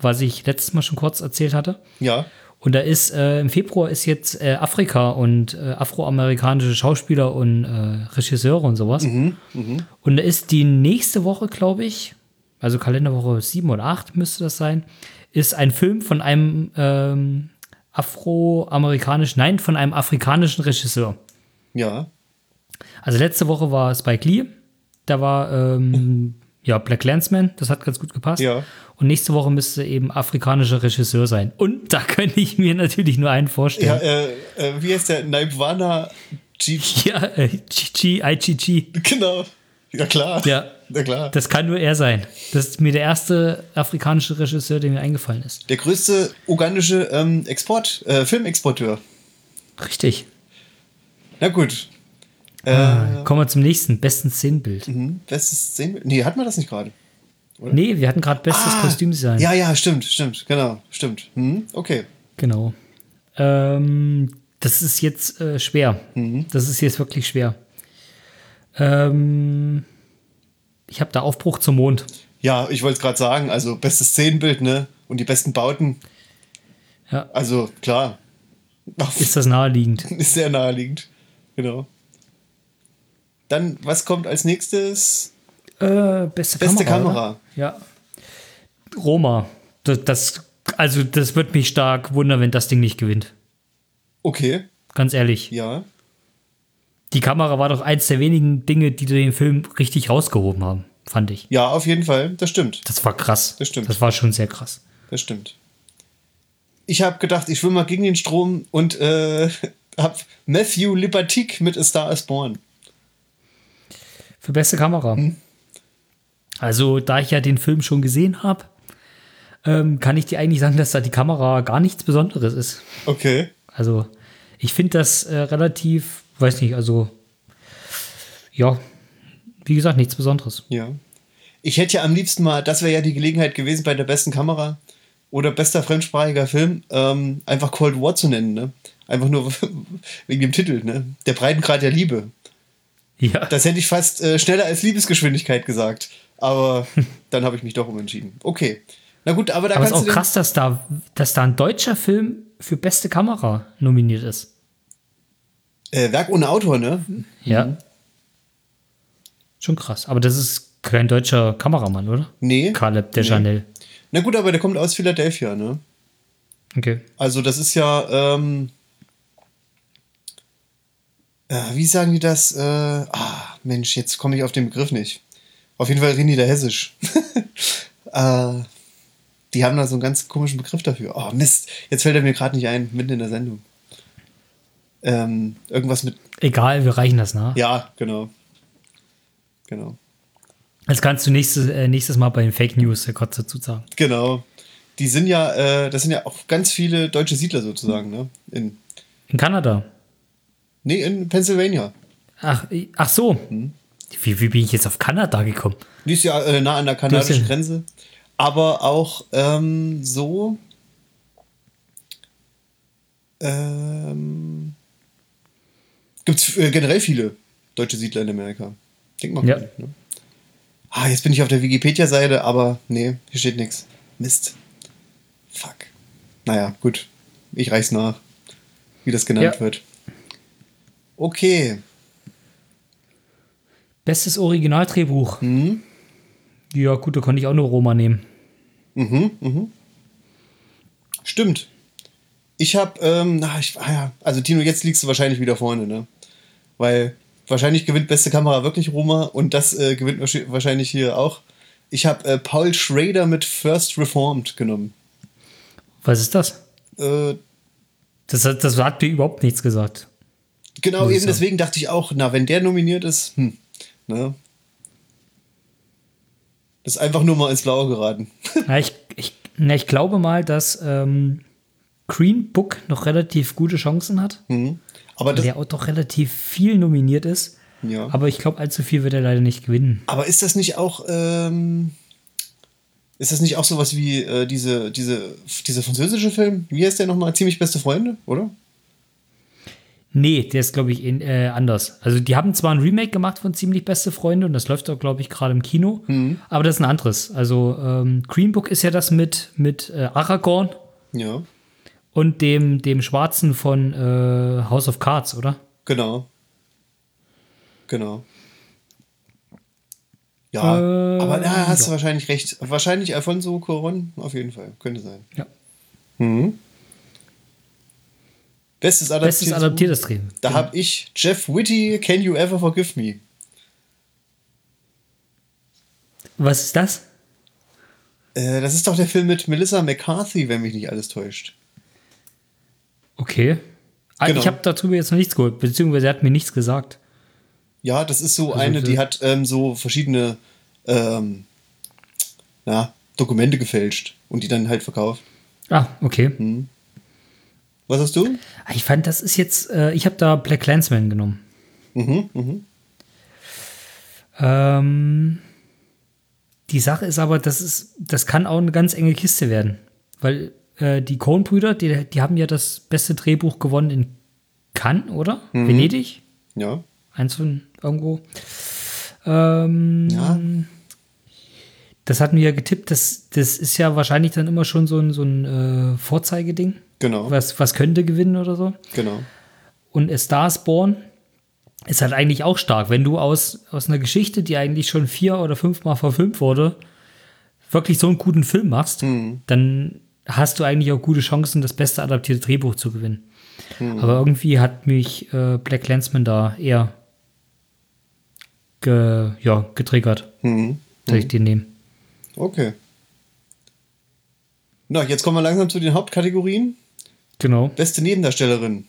Speaker 2: was ich letztes Mal schon kurz erzählt hatte.
Speaker 1: Ja.
Speaker 2: Und da ist äh, im Februar ist jetzt äh, Afrika und äh, afroamerikanische Schauspieler und äh, Regisseure und sowas. Und da ist die nächste Woche, glaube ich, also Kalenderwoche 7 oder 8 müsste das sein, ist ein Film von einem ähm, afroamerikanischen, nein, von einem afrikanischen Regisseur.
Speaker 1: Ja.
Speaker 2: Also letzte Woche war Spike Lee, da war ähm, ja Black Landsman, das hat ganz gut gepasst.
Speaker 1: Oh. Ja.
Speaker 2: Und nächste Woche müsste eben afrikanischer Regisseur sein. Und da könnte ich mir natürlich nur einen
Speaker 1: Ja,
Speaker 2: vorstellen.
Speaker 1: äh, äh, wie heißt der? Naibwana G.
Speaker 2: Ja, äh, GG, IGG.
Speaker 1: Genau. Ja, klar.
Speaker 2: Ja.
Speaker 1: Na klar.
Speaker 2: Das kann nur er sein. Das ist mir der erste afrikanische Regisseur, der mir eingefallen ist.
Speaker 1: Der größte ugandische ähm, Export, äh, Filmexporteur.
Speaker 2: Richtig. Ah,
Speaker 1: Na gut. Äh,
Speaker 2: Kommen wir zum nächsten, besten Szenenbild.
Speaker 1: hm, Bestes Szenenbild. Nee, hat man das nicht gerade.
Speaker 2: Nee, wir hatten gerade bestes
Speaker 1: Ah,
Speaker 2: Kostümdesign.
Speaker 1: Ja, ja, stimmt, stimmt, genau, stimmt. Hm, okay.
Speaker 2: Genau. Ähm, das ist jetzt äh, schwer. Das ist jetzt wirklich schwer. Ähm, ich habe da Aufbruch zum Mond.
Speaker 1: Ja, ich wollte es gerade sagen, also bestes Szenenbild, ne? Und die besten Bauten.
Speaker 2: Ja.
Speaker 1: Also, klar. Ach,
Speaker 2: Ist das naheliegend?
Speaker 1: Ist sehr naheliegend. Genau. Dann, was kommt als nächstes?
Speaker 2: Äh, beste,
Speaker 1: Beste
Speaker 2: Kamera.
Speaker 1: Kamera.
Speaker 2: Oder? Ja. Roma. Das, das, also, das wird mich stark wundern, wenn das Ding nicht gewinnt.
Speaker 1: Okay,
Speaker 2: Ganz ehrlich.
Speaker 1: ja.
Speaker 2: Die Kamera war doch eins der wenigen Dinge, die den Film richtig rausgehoben haben, fand ich.
Speaker 1: Ja, auf jeden Fall, das stimmt.
Speaker 2: Das war krass.
Speaker 1: Das stimmt.
Speaker 2: Das war schon sehr krass.
Speaker 1: Das stimmt. Ich habe gedacht, ich schwimme mal gegen den Strom und äh, habe Matthew Libertique mit A Star is Born.
Speaker 2: Für beste Kamera.
Speaker 1: Mhm.
Speaker 2: Also, da ich ja den Film schon gesehen habe, ähm, kann ich dir eigentlich sagen, dass da die Kamera gar nichts Besonderes ist.
Speaker 1: Okay.
Speaker 2: Also, ich finde das äh, relativ, weiß nicht, also, ja, wie gesagt, nichts Besonderes.
Speaker 1: Ja. Ich hätte ja am liebsten mal, das wäre ja die Gelegenheit gewesen bei der besten Kamera oder bester fremdsprachiger Film, ähm, einfach Cold War zu nennen, ne? Einfach nur wegen dem Titel, ne? Der Breitengrad der Liebe.
Speaker 2: Ja,
Speaker 1: Das hätte ich fast äh, schneller als Liebesgeschwindigkeit gesagt. Aber dann habe ich mich doch umentschieden. Okay. Na gut, aber da
Speaker 2: aber es
Speaker 1: kannst
Speaker 2: ist auch
Speaker 1: du. den-
Speaker 2: krass, dass da, dass da ein deutscher Film für beste Kamera nominiert ist.
Speaker 1: Äh, Werk ohne Autor, ne?
Speaker 2: Ja. Schon krass. Aber das ist kein deutscher Kameramann, oder?
Speaker 1: Nee.
Speaker 2: Caleb de Chanel.
Speaker 1: Na gut, aber der kommt aus Philadelphia, ne?
Speaker 2: Okay.
Speaker 1: Also das ist ja, ähm, äh, wie sagen die das? Äh, ah, Mensch, jetzt komme ich auf den Begriff nicht. Auf jeden Fall reden die da hessisch. äh, die haben da so einen ganz komischen Begriff dafür. Oh Mist, jetzt fällt er mir gerade nicht ein, mitten in der Sendung. Ähm, irgendwas mit,
Speaker 2: Egal, wir reichen das nach.
Speaker 1: ja, genau. Genau.
Speaker 2: Das kannst du nächstes, äh, nächstes Mal bei den Fake News äh, kurz dazu sagen.
Speaker 1: Genau. Die sind ja, äh, das sind ja auch ganz viele deutsche Siedler sozusagen, ne? In,
Speaker 2: In Kanada.
Speaker 1: nee, in Pennsylvania.
Speaker 2: Ach, äh, ach so. Wie, wie bin ich jetzt auf Kanada gekommen?
Speaker 1: Die ist ja äh, nah an der
Speaker 2: Du hast
Speaker 1: kanadischen
Speaker 2: ja-
Speaker 1: Grenze. Aber auch ähm, so. Ähm, Gibt es äh, generell viele deutsche Siedler in Amerika. Denk mal.
Speaker 2: Ja.
Speaker 1: gut, Ne? Ah, jetzt bin ich auf der Wikipedia-Seite, aber nee, hier steht nichts. Mist. Fuck. Naja, gut. Ich reich's nach, wie das genannt
Speaker 2: Ja.
Speaker 1: wird. Okay.
Speaker 2: Bestes Originaldrehbuch. Ja, gut, da konnte ich auch nur Roma nehmen.
Speaker 1: Mhm, mhm. Stimmt. Ich habe, ähm, na, ich, ah ja, also Tino, jetzt liegst du wahrscheinlich wieder vorne, ne? Weil wahrscheinlich gewinnt beste Kamera wirklich Roma und das äh, gewinnt wahrsch- wahrscheinlich hier auch. Ich habe äh, Paul Schrader mit First Reformed genommen.
Speaker 2: Was ist das?
Speaker 1: Äh,
Speaker 2: Das hat, das hat mir überhaupt nichts gesagt.
Speaker 1: genau,
Speaker 2: Muss ich
Speaker 1: eben
Speaker 2: sagen.
Speaker 1: deswegen dachte ich auch, na, wenn der nominiert ist, hm, ne? Das ist einfach nur mal ins Blaue geraten.
Speaker 2: Na, ich, ich, na, ich glaube mal, dass ähm, Green Book noch relativ gute Chancen hat.
Speaker 1: Mhm. Aber das,
Speaker 2: Der auch doch relativ viel nominiert ist.
Speaker 1: Ja.
Speaker 2: Aber ich glaube, allzu viel wird er leider nicht gewinnen.
Speaker 1: Aber ist das nicht auch, ähm, ist das nicht auch sowas wie äh, diese, diese, dieser französische Film? Wie heißt der nochmal? Ziemlich beste Freunde, oder?
Speaker 2: Nee, der ist, glaube ich, in, äh, anders. Also, die haben zwar ein Remake gemacht von Ziemlich Beste Freunde und das läuft auch, glaube ich, gerade im Kino. Aber das ist ein anderes. Also, ähm, Green Book ist ja das mit, mit äh, Aragorn
Speaker 1: Ja,
Speaker 2: und dem, dem Schwarzen von äh, House of Cards, oder?
Speaker 1: genau. Genau. Ja,
Speaker 2: Äh,
Speaker 1: aber da hast
Speaker 2: ja.
Speaker 1: du wahrscheinlich recht. Wahrscheinlich Alfonso Cuarón, auf jeden Fall. Könnte sein.
Speaker 2: Ja.
Speaker 1: Bestes adaptiertes,
Speaker 2: Bestes adaptiertes Drehbuch.
Speaker 1: Da habe ich Jeff Whitty, Can You Ever Forgive Me?
Speaker 2: Was ist das?
Speaker 1: Äh, das ist doch der Film mit Melissa McCarthy, wenn mich nicht alles täuscht.
Speaker 2: Okay. Ah,
Speaker 1: Genau.
Speaker 2: Ich habe darüber jetzt noch nichts geholt, beziehungsweise er hat mir nichts gesagt.
Speaker 1: Ja, das ist so eine,
Speaker 2: so-
Speaker 1: die hat ähm, so verschiedene ähm, na, Dokumente gefälscht und die dann halt verkauft.
Speaker 2: Ah, okay.
Speaker 1: Was hast du?
Speaker 2: Ah, Ich fand, das ist jetzt, äh, ich habe da Black Clansman genommen. Ähm, die Sache ist aber, das, ist, das kann auch eine ganz enge Kiste werden. Weil äh, die Coen-Brüder, die, die haben ja das beste Drehbuch gewonnen in Cannes, oder? Venedig?
Speaker 1: Ja.
Speaker 2: Eins von irgendwo. Ähm,
Speaker 1: Ja.
Speaker 2: Das hatten wir ja getippt. Das, das ist ja wahrscheinlich dann immer schon so ein, so ein äh, Vorzeigeding.
Speaker 1: Genau.
Speaker 2: Was, was könnte gewinnen oder so.
Speaker 1: Genau.
Speaker 2: Und A Star is Born ist halt eigentlich auch stark. Wenn du aus, aus einer Geschichte, die eigentlich schon vier oder fünfmal verfilmt wurde, wirklich so einen guten Film machst, dann hast du eigentlich auch gute Chancen, das beste adaptierte Drehbuch zu gewinnen. Aber irgendwie hat mich äh, Black Landsman da eher ge, ja, getriggert,
Speaker 1: Mhm.
Speaker 2: dass ich den nehme.
Speaker 1: Okay. Na, jetzt kommen wir langsam zu den Hauptkategorien.
Speaker 2: Genau.
Speaker 1: Beste Nebendarstellerin.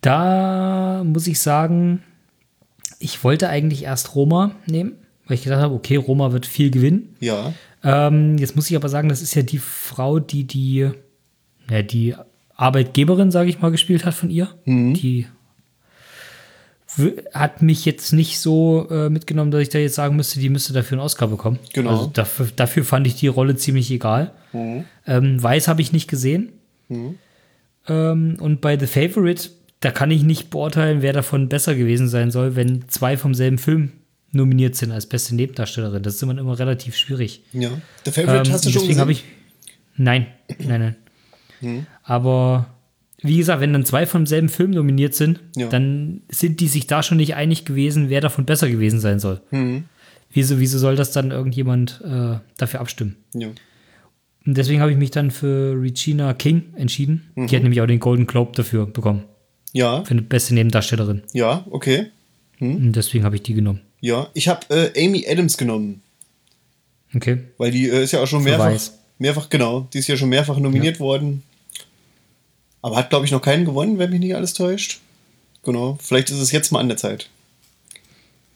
Speaker 2: Da muss ich sagen, ich wollte eigentlich erst Roma nehmen, weil ich gedacht habe, okay, Roma wird viel gewinnen.
Speaker 1: Ja.
Speaker 2: Ähm, jetzt muss ich aber sagen, das ist ja die Frau, die die, ja, die Arbeitgeberin, sage ich mal, gespielt hat von ihr. Die w- hat mich jetzt nicht so äh, mitgenommen, dass ich da jetzt sagen müsste, die müsste dafür einen Oscar bekommen.
Speaker 1: Genau.
Speaker 2: Also dafür, dafür fand ich die Rolle ziemlich egal. Ähm, Weiß habe ich nicht gesehen. Ähm, und bei The Favorite, da kann ich nicht beurteilen, wer davon besser gewesen sein soll, wenn zwei vom selben Film nominiert sind als beste Nebendarstellerin. Das ist immer, immer relativ schwierig.
Speaker 1: Ja. The Favorite
Speaker 2: Ähm,
Speaker 1: hast du schon
Speaker 2: deswegen
Speaker 1: gesehen?
Speaker 2: habe ich. Nein, nein, nein.
Speaker 1: Hm?
Speaker 2: Aber wie gesagt, wenn dann zwei vom selben Film nominiert sind,
Speaker 1: Ja.
Speaker 2: dann sind die sich da schon nicht einig gewesen, wer davon besser gewesen sein soll.
Speaker 1: Hm.
Speaker 2: Wieso, wieso soll das dann irgendjemand äh, dafür abstimmen?
Speaker 1: ja.
Speaker 2: Und deswegen habe ich mich dann für Regina King entschieden.
Speaker 1: Mhm.
Speaker 2: Die hat nämlich auch den Golden Globe dafür bekommen,
Speaker 1: ja.
Speaker 2: für eine beste Nebendarstellerin.
Speaker 1: Ja, okay. Hm?
Speaker 2: Und deswegen habe ich die genommen.
Speaker 1: Ja. Ich habe äh, Amy Adams genommen.
Speaker 2: Okay.
Speaker 1: Weil die äh, ist ja auch schon mehrfach,
Speaker 2: Weiß.
Speaker 1: mehrfach, genau, die ist ja schon mehrfach nominiert worden. Aber hat, glaube ich, noch keinen gewonnen, wenn mich nicht alles täuscht. Genau, vielleicht ist es jetzt mal an der Zeit.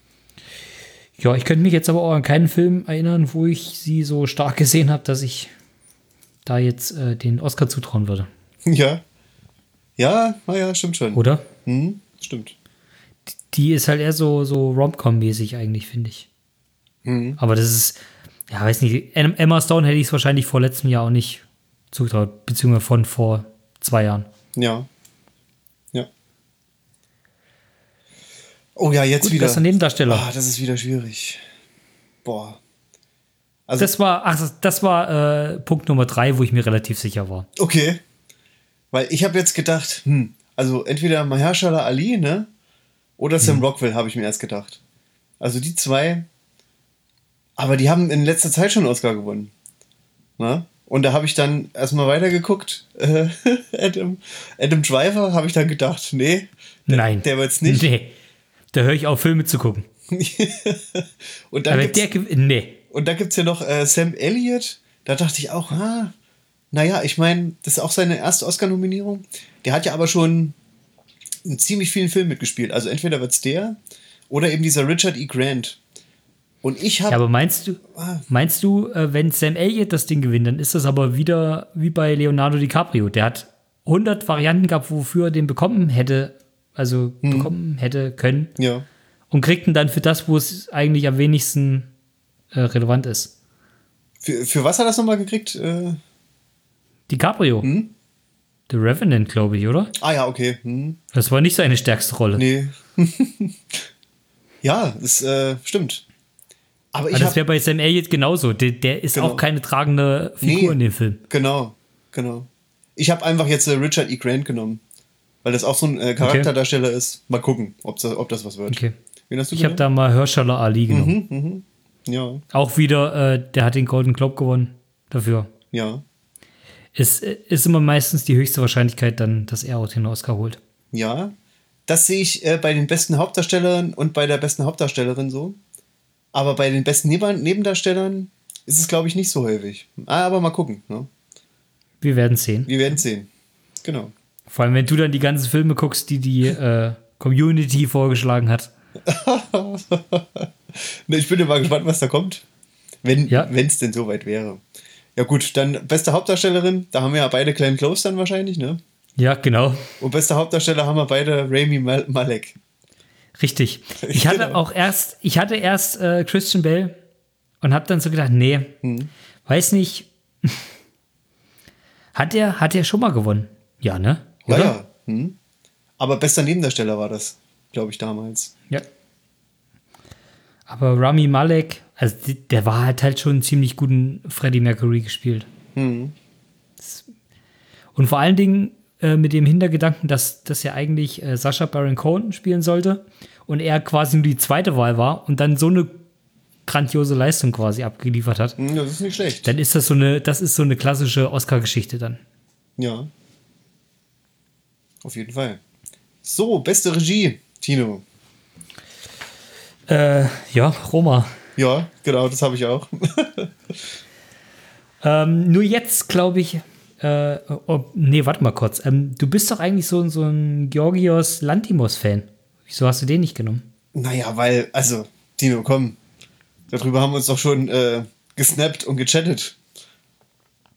Speaker 2: Ja, ich könnte mich jetzt aber auch an keinen Film erinnern, wo ich sie so stark gesehen habe, dass ich da jetzt äh, den Oscar zutrauen würde.
Speaker 1: ja. Ja, naja, stimmt schon.
Speaker 2: Oder?
Speaker 1: Hm, stimmt.
Speaker 2: die ist halt eher so, so Rom-Com-mäßig eigentlich, finde ich.
Speaker 1: Mhm.
Speaker 2: Aber das ist, ja, weiß nicht, Em- Emma Stone hätte ich es wahrscheinlich vor letztem Jahr auch nicht zugetraut, beziehungsweise von vor zwei Jahren.
Speaker 1: Ja. Ja. Oh ja, jetzt
Speaker 2: Gut,
Speaker 1: wieder.
Speaker 2: das ist ein Nebendarsteller.
Speaker 1: Ah, das ist wieder schwierig. Boah. Also,
Speaker 2: Das war, ach, das, das war äh, Punkt Nummer drei, wo ich mir relativ sicher war.
Speaker 1: okay. Weil ich habe jetzt gedacht, hm, also entweder Mahershala Ali, ne? Oder Sam Rockwell, habe ich mir erst gedacht. Also die zwei. Aber die haben in letzter Zeit schon einen Oscar gewonnen. Ne? Und da habe ich dann erstmal weitergeguckt. Äh, Adam, Adam Driver habe ich dann gedacht, nee, der,
Speaker 2: Nein.
Speaker 1: der wird's nicht.
Speaker 2: Nee. Da höre ich auf, Filme zu gucken.
Speaker 1: Und dann
Speaker 2: Aber
Speaker 1: gibt's,
Speaker 2: der, gew- nee.
Speaker 1: Und da gibt es ja noch äh, Sam Elliott. Da dachte ich auch, ah, naja, ich meine, das ist auch seine erste Oscar-Nominierung. Der hat ja aber schon in ziemlich vielen Filmen mitgespielt. Also entweder wird es der oder eben dieser Richard E. Grant. Und ich
Speaker 2: Ja,
Speaker 1: habe.
Speaker 2: aber meinst du,
Speaker 1: Ah.
Speaker 2: meinst du, äh, wenn Sam Elliott das Ding gewinnt, dann ist das aber wieder wie bei Leonardo DiCaprio. Der hat 100 Varianten gehabt, wofür er den bekommen hätte, also
Speaker 1: Mhm.
Speaker 2: bekommen hätte können
Speaker 1: Ja,
Speaker 2: und kriegt ihn dann für das, wo es eigentlich am wenigsten äh, relevant ist.
Speaker 1: Für, für was hat er das nochmal gekriegt? Äh,
Speaker 2: DiCaprio.
Speaker 1: Mhm.
Speaker 2: The Revenant, glaube ich, oder?
Speaker 1: ah ja, okay. Hm,
Speaker 2: Das war nicht seine stärkste Rolle.
Speaker 1: nee. ja, das äh, stimmt. Aber ich
Speaker 2: Aber das
Speaker 1: habe.
Speaker 2: wäre bei Sam Elliott genauso. Der, der ist
Speaker 1: Genau.
Speaker 2: auch keine tragende Figur
Speaker 1: Nee.
Speaker 2: in dem Film.
Speaker 1: Genau, genau. Ich habe einfach jetzt äh, Richard E. Grant genommen, weil das auch so ein äh, Charakterdarsteller ist. Mal gucken, ob das, ob das was wird.
Speaker 2: Okay.
Speaker 1: Wen hast du
Speaker 2: Ich habe
Speaker 1: genommen?
Speaker 2: da mal Herschala Ali genommen.
Speaker 1: Ja,
Speaker 2: Auch wieder, äh, der hat den Golden Globe gewonnen dafür.
Speaker 1: ja,
Speaker 2: Es äh, ist immer meistens die höchste Wahrscheinlichkeit dann, dass er auch den Oscar holt.
Speaker 1: ja. Das sehe ich äh, bei den besten Hauptdarstellern und bei der besten Hauptdarstellerin so. Aber bei den besten Neben Nebendarstellern ist es, glaube ich, nicht so häufig. Ah, aber mal gucken. Ne?
Speaker 2: Wir werden sehen.
Speaker 1: Wir werden sehen. Genau.
Speaker 2: Vor allem, wenn du dann die ganzen Filme guckst, die die äh, Community vorgeschlagen hat.
Speaker 1: Ne, Ich bin ja mal gespannt, was da kommt. Wenn
Speaker 2: Ja.
Speaker 1: es denn soweit wäre. Ja, gut, dann beste Hauptdarstellerin, da haben wir ja beide Glenn Close dann wahrscheinlich, ne?
Speaker 2: Ja, genau.
Speaker 1: Und beste Hauptdarsteller haben wir beide Rami Mal Malek.
Speaker 2: Richtig. Ich hatte
Speaker 1: Genau.
Speaker 2: auch erst, ich hatte erst äh, Christian Bell und habe dann so gedacht, nee,
Speaker 1: Hm.
Speaker 2: weiß nicht. Hat er, hat er schon mal gewonnen? Ja, ne?
Speaker 1: Ja,
Speaker 2: Oder?
Speaker 1: ja. Hm. Aber bester Nebendarsteller war das, glaube ich, damals.
Speaker 2: ja. Aber Rami Malek, also die- der war halt halt schon einen ziemlich guten Freddie Mercury gespielt. Das- Und vor allen Dingen äh, mit dem Hintergedanken, dass, dass ja eigentlich äh, Sascha Baron Cohen spielen sollte und er quasi nur die zweite Wahl war und dann so eine grandiose Leistung quasi abgeliefert hat.
Speaker 1: Hm, das ist nicht schlecht.
Speaker 2: Dann ist das so eine, das ist so eine klassische Oscar-Geschichte dann.
Speaker 1: Ja. Auf jeden Fall. So, beste Regie, Tino.
Speaker 2: Äh, ja, Roma.
Speaker 1: Ja, genau, das habe ich auch.
Speaker 2: Ähm, nur jetzt glaube ich, äh, oh, nee, warte mal kurz. Ähm, du bist doch eigentlich so, so ein Georgios Lantimos-Fan. Wieso hast du den nicht genommen?
Speaker 1: Naja, weil, also, Tino, komm. Darüber haben wir uns doch schon äh, gesnappt und gechattet.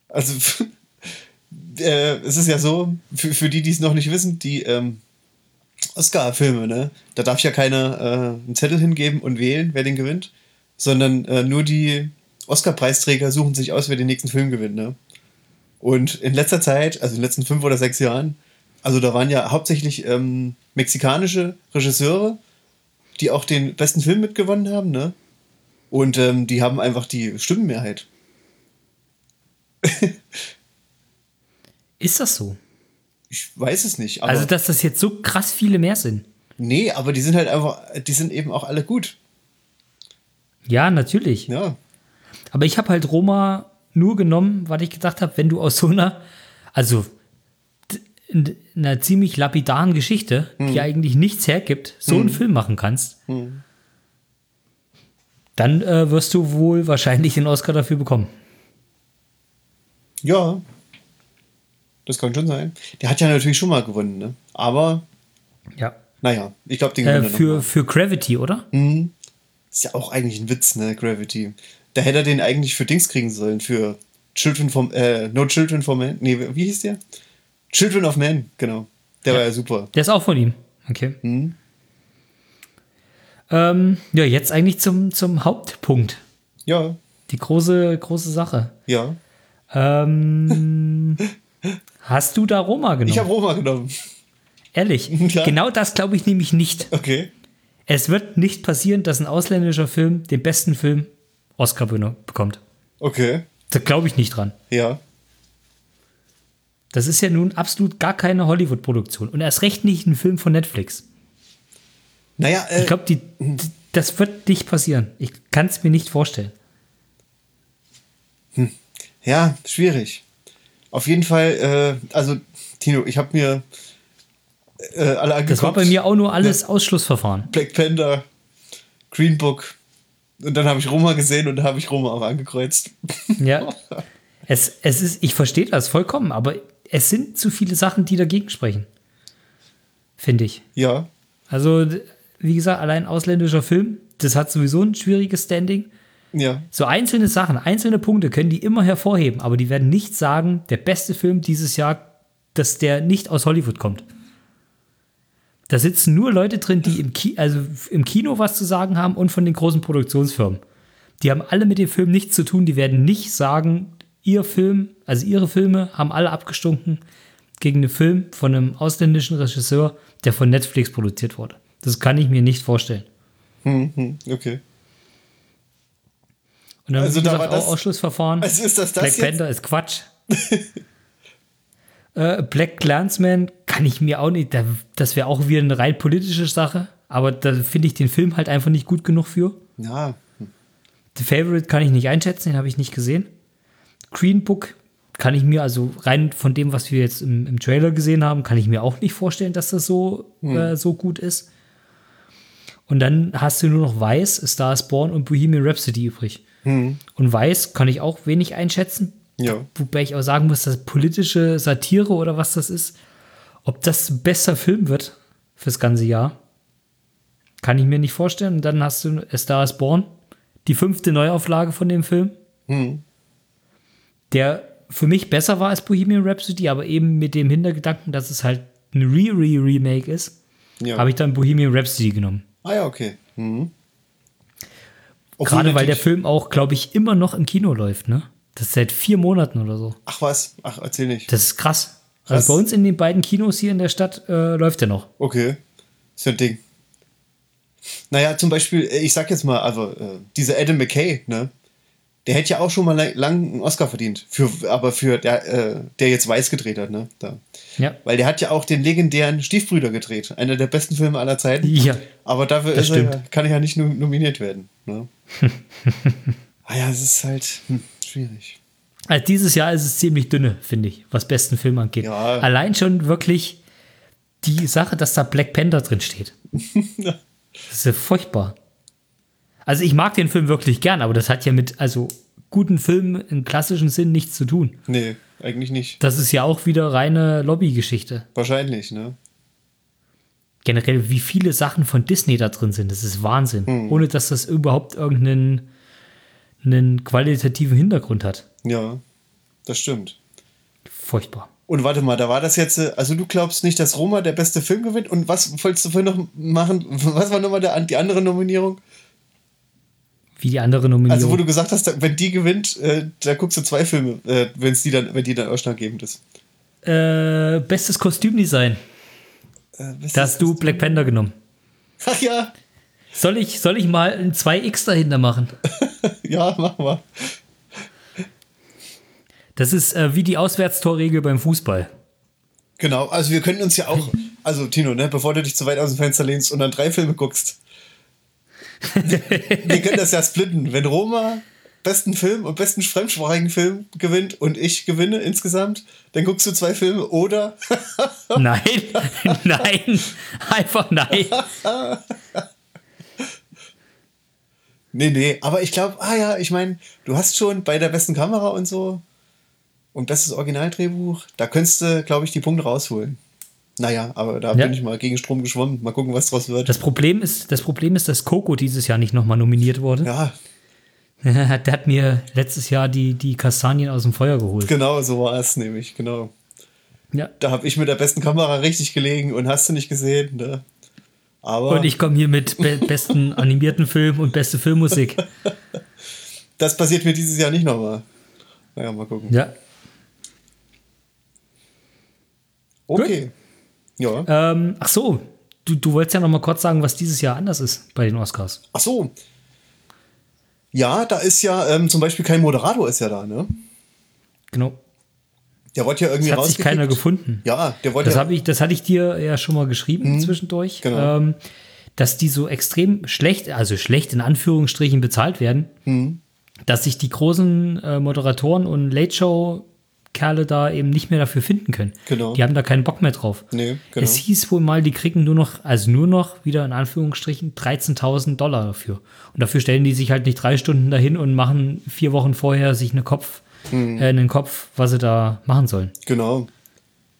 Speaker 1: Also, äh, es ist ja so, für, für die, die es noch nicht wissen, die ähm, Oscar-Filme, ne? Da darf ja keiner äh, einen Zettel hingeben und wählen, wer den gewinnt, sondern äh, nur die Oscar-Preisträger suchen sich aus, wer den nächsten Film gewinnt, ne? Und in letzter Zeit, also in den letzten fünf oder sechs Jahren, also da waren ja hauptsächlich ähm, mexikanische Regisseure, die auch den besten Film mitgewonnen haben, ne? Und ähm, die haben einfach die Stimmenmehrheit.
Speaker 2: Ist das so?
Speaker 1: Ich weiß es nicht, aber
Speaker 2: also, dass das jetzt so krass viele mehr sind.
Speaker 1: nee, aber die sind halt einfach, die sind eben auch alle gut.
Speaker 2: Ja, natürlich.
Speaker 1: Ja,
Speaker 2: Aber ich habe halt Roma nur genommen, weil ich gedacht habe, wenn du aus so einer, also d- in einer ziemlich lapidaren Geschichte,
Speaker 1: Hm.
Speaker 2: die eigentlich nichts hergibt, so einen Film machen kannst, dann äh, wirst du wohl wahrscheinlich den Oscar dafür bekommen.
Speaker 1: ja, das kann schon sein. Der hat ja natürlich schon mal gewonnen, ne? Aber
Speaker 2: Ja.
Speaker 1: naja, ich glaube, den
Speaker 2: Äh,
Speaker 1: gewinnt er noch.
Speaker 2: für, für Gravity, oder?
Speaker 1: Ist ja auch eigentlich ein Witz, ne? Gravity. Da hätte er den eigentlich für Dings kriegen sollen, für Children from, äh, No Children for Men. Nee, wie hieß der? Children of Men, genau. Der war ja super.
Speaker 2: Der ist auch von ihm. Okay. Ähm, ja, jetzt eigentlich zum, zum Hauptpunkt.
Speaker 1: Ja,
Speaker 2: Die große, große Sache.
Speaker 1: ja.
Speaker 2: Ähm, hast du da Roma genommen?
Speaker 1: Ich habe Roma genommen.
Speaker 2: Ehrlich,
Speaker 1: Ja.
Speaker 2: genau das glaube ich nämlich nicht.
Speaker 1: Okay.
Speaker 2: Es wird nicht passieren, dass ein ausländischer Film den besten Film Oscar beno- bekommt.
Speaker 1: Okay.
Speaker 2: Da glaube ich nicht dran.
Speaker 1: Ja.
Speaker 2: Das ist ja nun absolut gar keine Hollywood-Produktion und erst recht nicht ein Film von Netflix.
Speaker 1: Naja, äh,
Speaker 2: Ich glaube, die, d- das wird nicht passieren. Ich kann es mir nicht vorstellen.
Speaker 1: ja, schwierig. Auf jeden Fall, äh, also, Tino, ich habe mir äh, alle angeguckt.
Speaker 2: Das war bei mir auch nur alles Ausschlussverfahren.
Speaker 1: Black Panther, Green Book. Und dann habe ich Roma gesehen und da habe ich Roma auch angekreuzt.
Speaker 2: Ja. Es, es ist, ich verstehe das vollkommen, aber es sind zu viele Sachen, die dagegen sprechen. Finde ich.
Speaker 1: ja,
Speaker 2: Also, d- wie gesagt, allein ausländischer Film, das hat sowieso ein schwieriges Standing.
Speaker 1: ja,
Speaker 2: So einzelne Sachen, einzelne Punkte können die immer hervorheben, aber die werden nicht sagen, der beste Film dieses Jahr, dass der nicht aus Hollywood kommt. Da sitzen nur Leute drin, die im, Ki also im Kino was zu sagen haben und von den großen Produktionsfirmen. Die haben alle mit dem Film nichts zu tun, die werden nicht sagen, ihr Film, also ihre Filme haben alle abgestunken gegen einen Film von einem ausländischen Regisseur, der von Netflix produziert wurde. Das kann ich mir nicht vorstellen.
Speaker 1: hm, okay.
Speaker 2: Und dann
Speaker 1: Also
Speaker 2: also, wie
Speaker 1: da
Speaker 2: gesagt,
Speaker 1: war das-
Speaker 2: auch Ausschlussverfahren.
Speaker 1: Also ist das das
Speaker 2: Black
Speaker 1: jetzt?
Speaker 2: Panther ist Quatsch. äh, Black Clansman kann ich mir auch nicht. da- Das wäre auch wieder eine rein politische Sache. Aber da finde ich den Film halt einfach nicht gut genug für.
Speaker 1: Ja,
Speaker 2: The Favorite kann ich nicht einschätzen, den habe ich nicht gesehen. Green Book kann ich mir, also rein von dem, was wir jetzt im, im Trailer gesehen haben, kann ich mir auch nicht vorstellen, dass das so,
Speaker 1: Hm.
Speaker 2: äh, so gut ist. Und dann hast du nur noch Weiß, Star is Born und Bohemian Rhapsody übrig.
Speaker 1: Hm.
Speaker 2: Und Weiß kann ich auch wenig einschätzen,
Speaker 1: ja.
Speaker 2: wobei ich auch sagen muss, dass politische Satire oder was das ist, ob das ein besser Film wird fürs ganze Jahr, kann ich mir nicht vorstellen. Und dann hast du A Star is Born, die fünfte Neuauflage von dem Film,
Speaker 1: Hm.
Speaker 2: der für mich besser war als Bohemian Rhapsody, aber eben mit dem Hintergedanken, dass es halt ein Re-Re-Remake ist,
Speaker 1: ja.
Speaker 2: habe ich dann Bohemian Rhapsody genommen.
Speaker 1: ah ja, okay. Mhm. Obwohl
Speaker 2: Gerade weil der
Speaker 1: natürlich-
Speaker 2: Film auch, glaube ich, immer noch im Kino läuft, ne? Das ist seit vier Monaten oder so.
Speaker 1: Ach was, ach, erzähl nicht.
Speaker 2: Das ist krass.
Speaker 1: Krass.
Speaker 2: Also bei uns in den beiden Kinos hier in der Stadt äh, läuft er noch.
Speaker 1: Okay, ist ja ein Ding. Naja, zum Beispiel, äh, ich sag jetzt mal, also äh, dieser Adam McKay, ne? Der hätte ja auch schon mal lang, lang einen Oscar verdient, für, aber für der, äh, der jetzt weiß gedreht hat, ne? Da.
Speaker 2: Ja.
Speaker 1: Weil der hat ja auch den legendären Stiefbrüder gedreht, einer der besten Filme aller Zeiten.
Speaker 2: Ja.
Speaker 1: Aber dafür
Speaker 2: Das
Speaker 1: ist er, ja-
Speaker 2: stimmt.
Speaker 1: kann er ja nicht nom- nominiert werden. Ne? ah ja, es ist halt hm, schwierig.
Speaker 2: Also dieses Jahr ist es ziemlich dünne, finde ich, was besten Film angeht.
Speaker 1: Ja.
Speaker 2: Allein schon wirklich die Sache, dass da Black Panther drin steht. das ist ja furchtbar. Also ich mag den Film wirklich gern, aber das hat ja mit also guten Filmen im klassischen Sinn nichts zu tun.
Speaker 1: Nee, eigentlich nicht.
Speaker 2: Das ist ja auch wieder reine Lobbygeschichte.
Speaker 1: Wahrscheinlich, ne?
Speaker 2: generell, wie viele Sachen von Disney da drin sind. Das ist Wahnsinn.
Speaker 1: Mhm.
Speaker 2: Ohne dass das überhaupt irgendeinen einen qualitativen Hintergrund hat.
Speaker 1: Ja, das stimmt.
Speaker 2: Furchtbar.
Speaker 1: Und warte mal, da war das jetzt, äh, also du glaubst nicht, dass Roma der beste Film gewinnt? Und was wolltest du vorhin noch machen? Was war nochmal der, die andere Nominierung?
Speaker 2: Wie die um andere Nominierung.
Speaker 1: Also wo du gesagt hast, da- wenn die gewinnt, äh, da guckst du zwei Filme, äh, wenn's die dann, wenn die dann ausschlaggebend ist.
Speaker 2: äh, bestes Kostümdesign.
Speaker 1: Äh,
Speaker 2: Da hast du Black Panther genommen.
Speaker 1: Ach ja,
Speaker 2: Soll ich, soll ich mal ein 2X dahinter machen?
Speaker 1: ja, mach mal.
Speaker 2: Das ist äh, wie die Auswärtstorregel beim Fußball.
Speaker 1: Genau, also wir können uns ja auch, also Tino, ne, bevor du dich zu weit aus dem Fenster lehnst und dann drei Filme guckst, wir können das ja splitten. Wenn Roma besten Film und besten fremdsprachigen Film gewinnt und ich gewinne insgesamt, dann guckst du zwei Filme oder
Speaker 2: Nein, nein, einfach nein.
Speaker 1: nee, nee, aber ich glaube, ah ja, ich meine, du hast schon bei der besten Kamera und so und bestes Originaldrehbuch, da könntest du, glaube ich, die Punkte rausholen. Naja, aber da
Speaker 2: Ja.
Speaker 1: bin ich mal gegen Strom geschwommen. Mal gucken, was draus wird.
Speaker 2: Das Problem ist, das Problem ist, dass Coco dieses Jahr nicht nochmal nominiert wurde.
Speaker 1: ja,
Speaker 2: Der hat mir letztes Jahr die, die Kastanien aus dem Feuer geholt.
Speaker 1: genau, so war es nämlich, genau.
Speaker 2: Ja.
Speaker 1: da habe ich mit der besten Kamera richtig gelegen und hast du nicht gesehen, ne? Aber
Speaker 2: Und ich komme hier mit be besten animierten Film und beste Filmmusik.
Speaker 1: das passiert mir dieses Jahr nicht nochmal. Naja, mal gucken.
Speaker 2: Ja.
Speaker 1: Okay. Ja.
Speaker 2: Ähm, ach so, du, du wolltest ja noch mal kurz sagen, was dieses Jahr anders ist bei den Oscars.
Speaker 1: Ach so. Ja, da ist ja ähm, zum Beispiel kein Moderator ist ja da, ne?
Speaker 2: Genau.
Speaker 1: Der wollte ja irgendwie
Speaker 2: Es hat sich
Speaker 1: rausgekickt.
Speaker 2: keiner gefunden.
Speaker 1: Ja, der wollte
Speaker 2: Das,
Speaker 1: ja.
Speaker 2: hab ich, das hatte ich dir ja schon mal geschrieben zwischendurch,
Speaker 1: Mhm. genau.
Speaker 2: ähm, dass die so extrem schlecht, also schlecht in Anführungsstrichen bezahlt werden,
Speaker 1: Mhm.
Speaker 2: dass sich die großen äh, Moderatoren und Late Show Kerle da eben nicht mehr dafür finden können.
Speaker 1: Genau.
Speaker 2: Die haben da keinen Bock mehr drauf.
Speaker 1: Nee, genau.
Speaker 2: Es hieß wohl mal, die kriegen nur noch, also nur noch wieder in Anführungsstrichen 13.000 Dollar dafür. Und dafür stellen die sich halt nicht drei Stunden dahin und machen vier Wochen vorher sich eine Kopf,
Speaker 1: Mhm.
Speaker 2: äh, einen Kopf, was sie da machen sollen.
Speaker 1: Genau.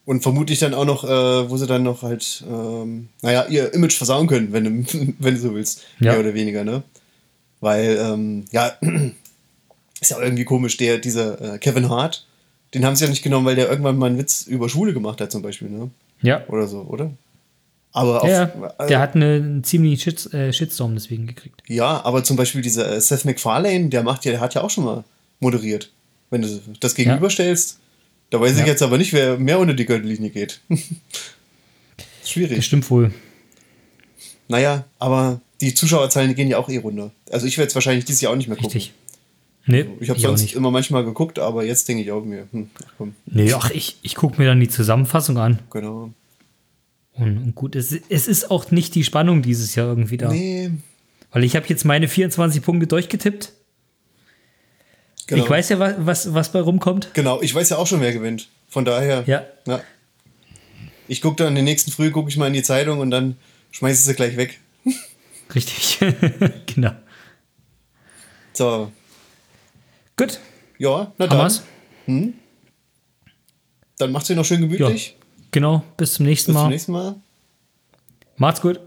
Speaker 1: Und vermutlich dann auch noch, äh, wo sie dann noch halt, ähm, naja, ihr Image versauen können, wenn du, wenn du so willst.
Speaker 2: Ja.
Speaker 1: Mehr oder weniger, ne? Weil, ähm, ja, ist ja irgendwie komisch, der, dieser äh, Kevin Hart, den haben sie ja nicht genommen, weil der irgendwann mal einen Witz über Schwule gemacht hat, zum Beispiel, ne?
Speaker 2: Ja.
Speaker 1: Oder so, oder? Aber auf,
Speaker 2: Ja,
Speaker 1: äh,
Speaker 2: der hat eine, einen ziemlichen Shit, äh, Shitstorm deswegen gekriegt.
Speaker 1: ja, aber zum Beispiel dieser äh, Seth MacFarlane, der macht ja, der hat ja auch schon mal moderiert. Wenn du das gegenüberstellst, da weiß ich jetzt aber nicht, wer mehr unter die Gürtellinie geht.
Speaker 2: Das
Speaker 1: Schwierig.
Speaker 2: stimmt wohl.
Speaker 1: Naja, aber die Zuschauerzahlen gehen ja auch eh runter. Also ich werde es wahrscheinlich dieses Jahr auch nicht mehr gucken.
Speaker 2: Richtig. Nee,
Speaker 1: Ich habe
Speaker 2: auch
Speaker 1: sonst
Speaker 2: nicht.
Speaker 1: immer manchmal geguckt, aber jetzt denke ich auch mir, hm, ach komm,
Speaker 2: Nee, ach, ich, ich gucke mir dann die Zusammenfassung an.
Speaker 1: genau.
Speaker 2: Und, und gut, es, es ist auch nicht die Spannung dieses Jahr irgendwie da.
Speaker 1: Nee,
Speaker 2: Weil ich habe jetzt meine 24 Punkte durchgetippt.
Speaker 1: genau.
Speaker 2: Ich weiß ja, was, was, was bei rumkommt.
Speaker 1: Genau, ich weiß ja auch schon, wer gewinnt. Von daher.
Speaker 2: Ja.
Speaker 1: ja. Ich gucke dann in den nächsten Früh, gucke ich mal in die Zeitung und dann schmeiße ich sie gleich weg.
Speaker 2: Richtig. genau.
Speaker 1: So,
Speaker 2: Gut,
Speaker 1: ja, na dann.
Speaker 2: Hamas.
Speaker 1: Dann macht's dir noch schön
Speaker 2: Ja.
Speaker 1: gemütlich.
Speaker 2: Genau, bis zum nächsten
Speaker 1: Bis
Speaker 2: Mal.
Speaker 1: zum nächsten Mal.
Speaker 2: Macht's gut.